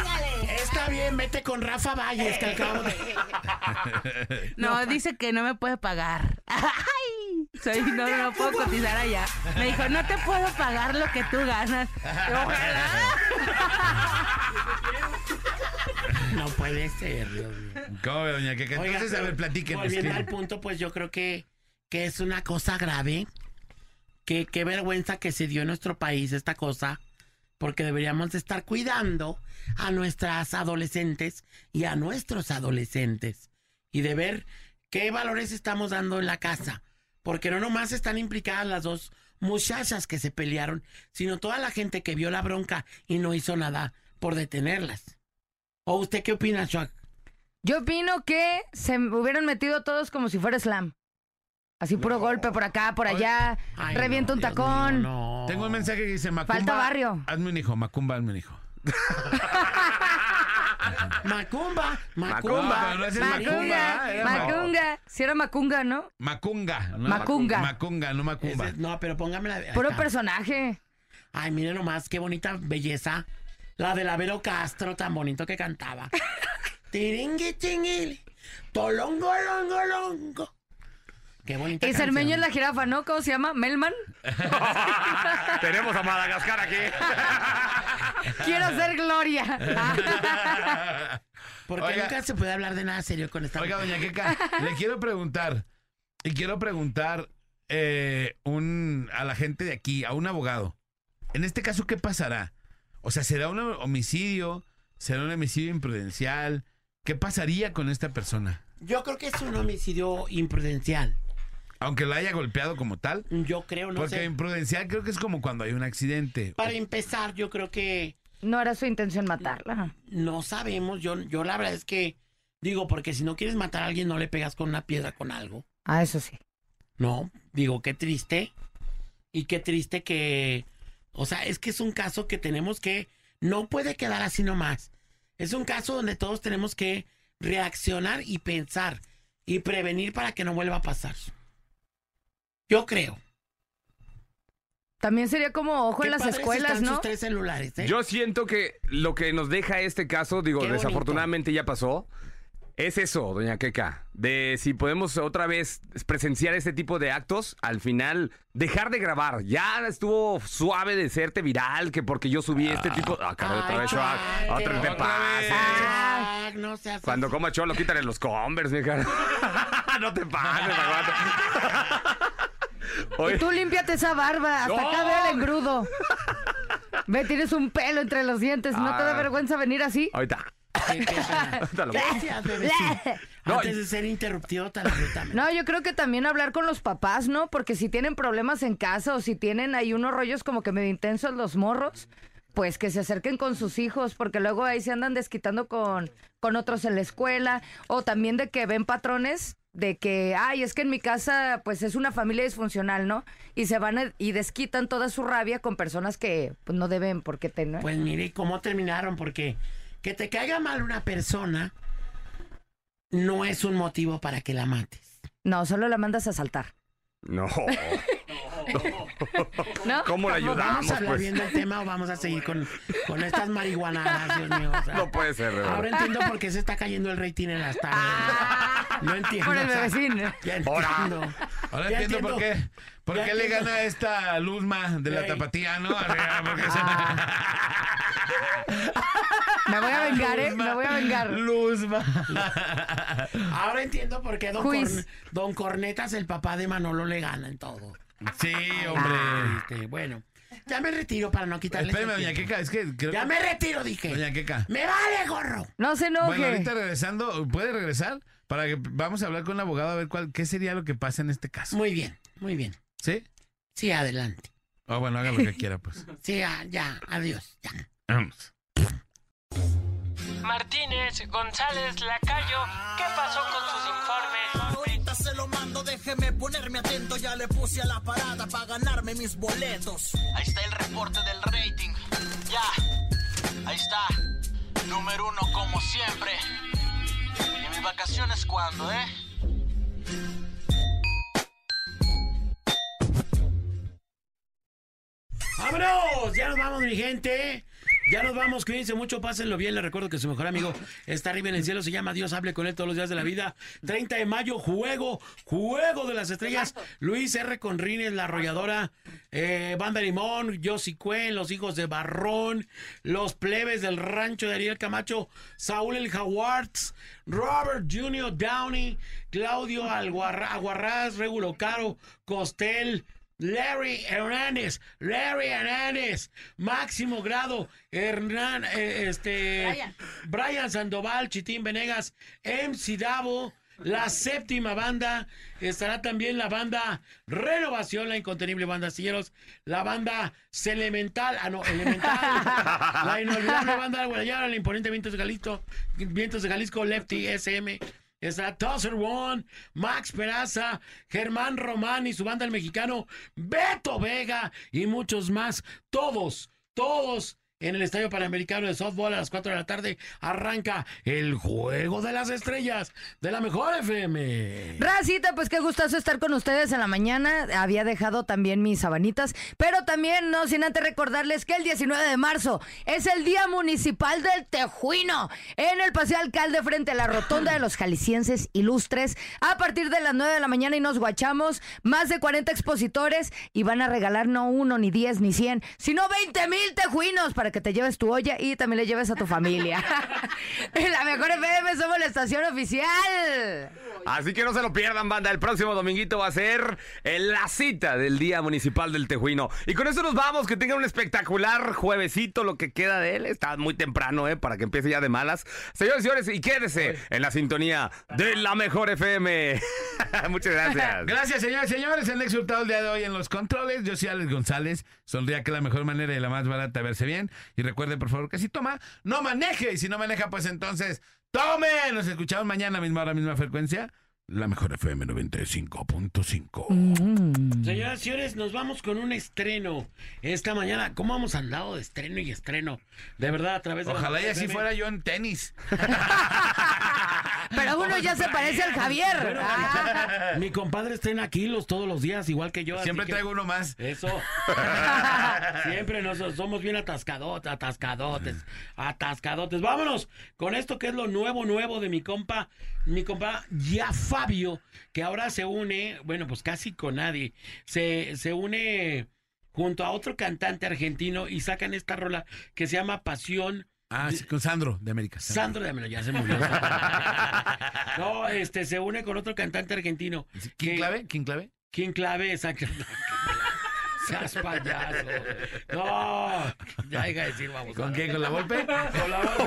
Está bien, vete con Rafa Valles, que acabo de...
No, dice que no me puede pagar. ¡Ay! Soy, no, no puedo cotizar allá. Me dijo, no te puedo pagar lo que tú ganas. Ojalá.
No puede ser, Dios mío.
¿Cómo, ve, doña Keka?
Oiga,
Entonces, a ver, platiquen. este.
Volviendo al punto, pues yo creo que, que es una cosa grave. Que qué vergüenza que se dio en nuestro país esta cosa. Porque deberíamos de estar cuidando a nuestras adolescentes y a nuestros adolescentes. Y de ver qué valores estamos dando en la casa. Porque no nomás están implicadas las dos muchachas que se pelearon, sino toda la gente que vio la bronca y no hizo nada por detenerlas. ¿O usted qué opina, Chuck?
Yo opino que se hubieran metido todos como si fuera slam. Así puro golpe por acá, por allá.
Ay,
revienta
no,
un
Dios mío,
tacón.
no.
Tengo un mensaje que dice Macumba.
Falta barrio.
Hazme un hijo, Macumba, hazme un hijo.
Ah, Macumba, Ah,
No,
Macumba.
pero no es el Macumba.
Macunga,
¿eh? Era Mac-
Macunga. Si era Macunga, ¿no?
Macunga. no
Macunga.
Macunga, no Macumba.
Ese- no, pero póngame la.
Puro
acá.
personaje.
Ay, mire nomás, qué bonita belleza. La de la Vero Castro, tan bonito que cantaba. Tiringui, tinguili, tolongo, longo, longo. Qué bonita.
Y
canción.
Cermeño es la jirafa, ¿no? ¿Cómo se llama? ¿Melman?
Ah.
Tenemos a Madagascar aquí.
Quiero ser Gloria. Ah,
Porque
Oiga.
nunca se puede hablar de nada serio con esta.
Oiga,
mujer.
doña Keka, le quiero preguntar. Y quiero preguntar eh, un, a la gente de aquí, a un abogado. En este caso, ¿qué pasará? O sea, ¿será un homicidio? ¿Será un homicidio imprudencial? ¿Qué pasaría con esta persona?
Yo creo que es un homicidio imprudencial.
Aunque la haya golpeado como tal.
Yo creo, no
porque
sé.
imprudencial creo que es como cuando hay un accidente.
Para empezar, yo creo que
No era su intención matarla.
no sabemos. Yo, yo la verdad es que digo, porque si no quieres matar a alguien, no le pegas con una piedra, con algo.
Ah, eso sí.
No, digo, qué triste. Y qué triste que... O sea, es que es un caso que tenemos que... No puede quedar así nomás. Es un caso donde todos tenemos que reaccionar y pensar y prevenir para que no vuelva a pasar. Yo creo.
También sería como ojo
Qué
en las
padres
escuelas,
están
¿no?
sus tres celulares, ¿eh?
Yo siento que lo que nos deja este caso, digo,
Qué bonito.
desafortunadamente ya pasó, es eso, doña Keka, de si podemos otra vez presenciar este tipo de actos, al final dejar de grabar. Ya estuvo suave de serte viral, que porque yo subí este tipo... Ah, caray, otra
Ay,
vez, Chuck,
ay,
otra vez te
otra
pases.
Ah, no seas
Cuando coma cholo, quítale los converse, mija. no te pases, aguanta.
Y
Oye,
tú límpiate esa barba, hasta
No.
acá veo el engrudo. Ve, tienes un pelo entre los dientes, ¿no te da
Ah.
vergüenza venir así?
ahorita.
Qué pena.
ahorita lo-
Gracias, bebecita.
No,
Antes de ser interrumpido tan abruptamente.
No, yo creo que también hablar con los papás, ¿no? Porque si tienen problemas en casa o si tienen ahí unos rollos como que medio intensos los morros, pues que se acerquen con sus hijos, porque luego ahí se andan desquitando con, con otros en la escuela, o también de que ven patrones de que, ay, es que en mi casa pues es una familia disfuncional, ¿no? Y se van a- y desquitan toda su rabia con personas que pues, no deben porque te, ¿no?
Pues mire cómo terminaron, porque que te caiga mal una persona no es un motivo para que la mates.
No, solo la mandas a saltar.
No.
¿No?
¿Cómo la
¿Vamos
ayudamos?
a hablar
pues?
bien del tema o vamos a seguir con, con estas marihuanadas, Dios mío? O sea,
No puede ser, de verdad.
Ahora entiendo por qué se está cayendo el rating en las tardes.
Ah,
No entiendo.
Por el
o sea,
bebecín.
Ya
Ahora.
entiendo.
Ahora
Ya
entiendo, por qué,
entiendo.
por
Ya
qué le
entiendo.
gana esta Luzma de la
Ey.
tapatía, ¿no? Arriba, porque se-
Me voy a vengar, ¿eh? Me voy a vengar.
Luzma.
Ahora entiendo por qué don,
Juiz.
Corn- don Cornetas, el papá de Manolo, le gana en todo.
Sí, hombre.
Ah. Este, bueno, ya me retiro para no quitarle.
Espérame,
ese
doña
tiempo.
Queca, es que creo
Ya
que-
me retiro, dije.
Doña Queca.
¡Me vale, gorro!
No se enoje.
Bueno, ahorita regresando, ¿puede regresar? Para que vamos a hablar con el abogado a ver cuál, qué sería lo que pasa en este caso.
Muy bien, muy bien.
¿Sí?
Sí, adelante.
Ah, bueno, haga lo que quiera, pues.
Sí, ah, ya, adiós. ya.
Vamos.
Martínez, González, Lacayo, ¿qué pasó con sus informes?
Ahorita se lo mando, déjeme ponerme atento. Ya le puse a la parada para ganarme mis boletos. Ahí está el reporte del rating. Ya, ahí está. Número uno, como siempre. ¿Y mis vacaciones cuándo, eh?
¡Vámonos! Ya nos vamos, mi gente. Ya nos vamos, cuídense mucho, pásenlo bien. Les recuerdo que su mejor amigo está arriba en el cielo, se llama Dios, hable con él todos los días de la vida. 30 de mayo, juego, juego de las estrellas. Luis R. Conrines, la arrolladora, eh, Banda Limón, Yossi Cuen, los hijos de Barrón, los plebes del rancho de Ariel Camacho, Saúl el Jaguarts, Robert Jr. Downey, Claudio Alguarra- Aguarrás, Regulo Caro, Costel. Larry Hernández, Larry Hernández, Máximo Grado, Hernán, eh, este,
Brian.
Brian Sandoval, Chitín Venegas, MC Davo, la séptima banda, estará también la banda Renovación, la incontenible banda Silleros, la banda Celemental, ah no, Elemental, la inolvidable banda de Guadalajara, la imponente Vientos de Jalisco, Vientos de Jalisco, Lefty SM, Está Tosser One, Max Peraza, Germán Román y su banda el mexicano, Beto Vega y muchos más. Todos, todos en el Estadio Panamericano de Softball a las 4 de la tarde arranca el Juego de las Estrellas de la Mejor FM.
Racita, pues qué gustazo estar con ustedes en la mañana. Había dejado también mis sabanitas, pero también no sin antes recordarles que el 19 de marzo es el Día Municipal del Tejuino en el Paseo Alcalde frente a la Rotonda de los Jaliscienses Ilustres. A partir de las 9 de la mañana y nos guachamos más de 40 expositores y van a regalar no uno, ni 10, ni 100, sino 20 mil tejuinos para que te lleves tu olla y también le lleves a tu familia. en la Mejor FM somos la estación oficial.
Así que no se lo pierdan, banda. El próximo dominguito va a ser eh, la cita del Día Municipal del Tejuino. Y con eso nos vamos. Que tengan un espectacular juevesito, lo que queda de él. Está muy temprano, ¿eh? Para que empiece ya de malas. Señores, señores, y quédese en la sintonía de la mejor FM. Muchas gracias.
Gracias, señores, señores. El exhortado el día de hoy en los controles. Yo soy Alex González. Sonría que es la mejor manera y la más barata verse bien. Y recuerde, por favor, que si toma, no maneje. Y si no maneja, pues entonces, tome. Nos escuchamos mañana, misma hora, misma frecuencia. La mejor FM 95.5.
Mm.
Señoras y señores, nos vamos con un estreno esta mañana. ¿Cómo hemos andado de estreno y estreno? De verdad, a través de la
Ojalá y
Mejor
así
FM.
fuera yo en tenis.
Pero uno ya se parece al Javier.
Bueno,
Ah.
Mi compadre estrena kilos todos los días, igual que yo. así
Siempre
que-
traigo uno más.
Eso. Siempre nosotros somos bien atascadotes, atascadotes, atascadotes. Vámonos con esto que es lo nuevo, nuevo de mi compa, mi compa ya Fabio, que ahora se une, bueno, pues casi con nadie, se, se une junto a otro cantante argentino y sacan esta rola que se llama Pasión.
Ah, sí, con Sandro de América.
Sandro de Amelo, ya se murió. No, este se une con otro cantante argentino.
¿Quién
que-
clave? ¿Quién clave?
¿Quién clave exactamente? Seas payaso. No, ya iba a decir, vamos.
¿Con quién? ¿Con la golpe?
Con la Volpe.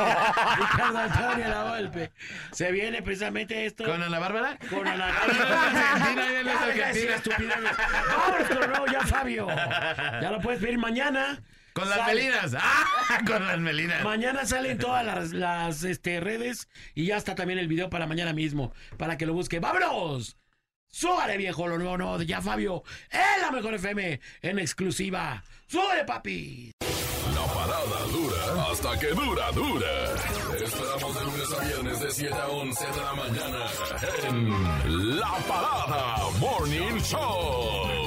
Ricardo Antonio La Volpe. Se viene precisamente esto.
¿Con Ana Bárbara?
Con la
Argentina, ya no es Argentina.
Vámonos con lo nuevo ya, Fabio. Ya lo puedes pedir mañana.
Con las
Sale-
melinas. ¡Ah! Con las melinas.
Mañana salen todas las, las, este, redes y ya está también el video para mañana mismo, para que lo busque. ¡Vámonos! ¡Súbale, viejo! Lo nuevo, no, de ya Fabio, en la mejor FM, en exclusiva. ¡Súbale, papi!
La parada dura hasta que dura, dura. Te Esperamos de lunes a viernes de 7 a 11 de la mañana en La Parada Morning Show.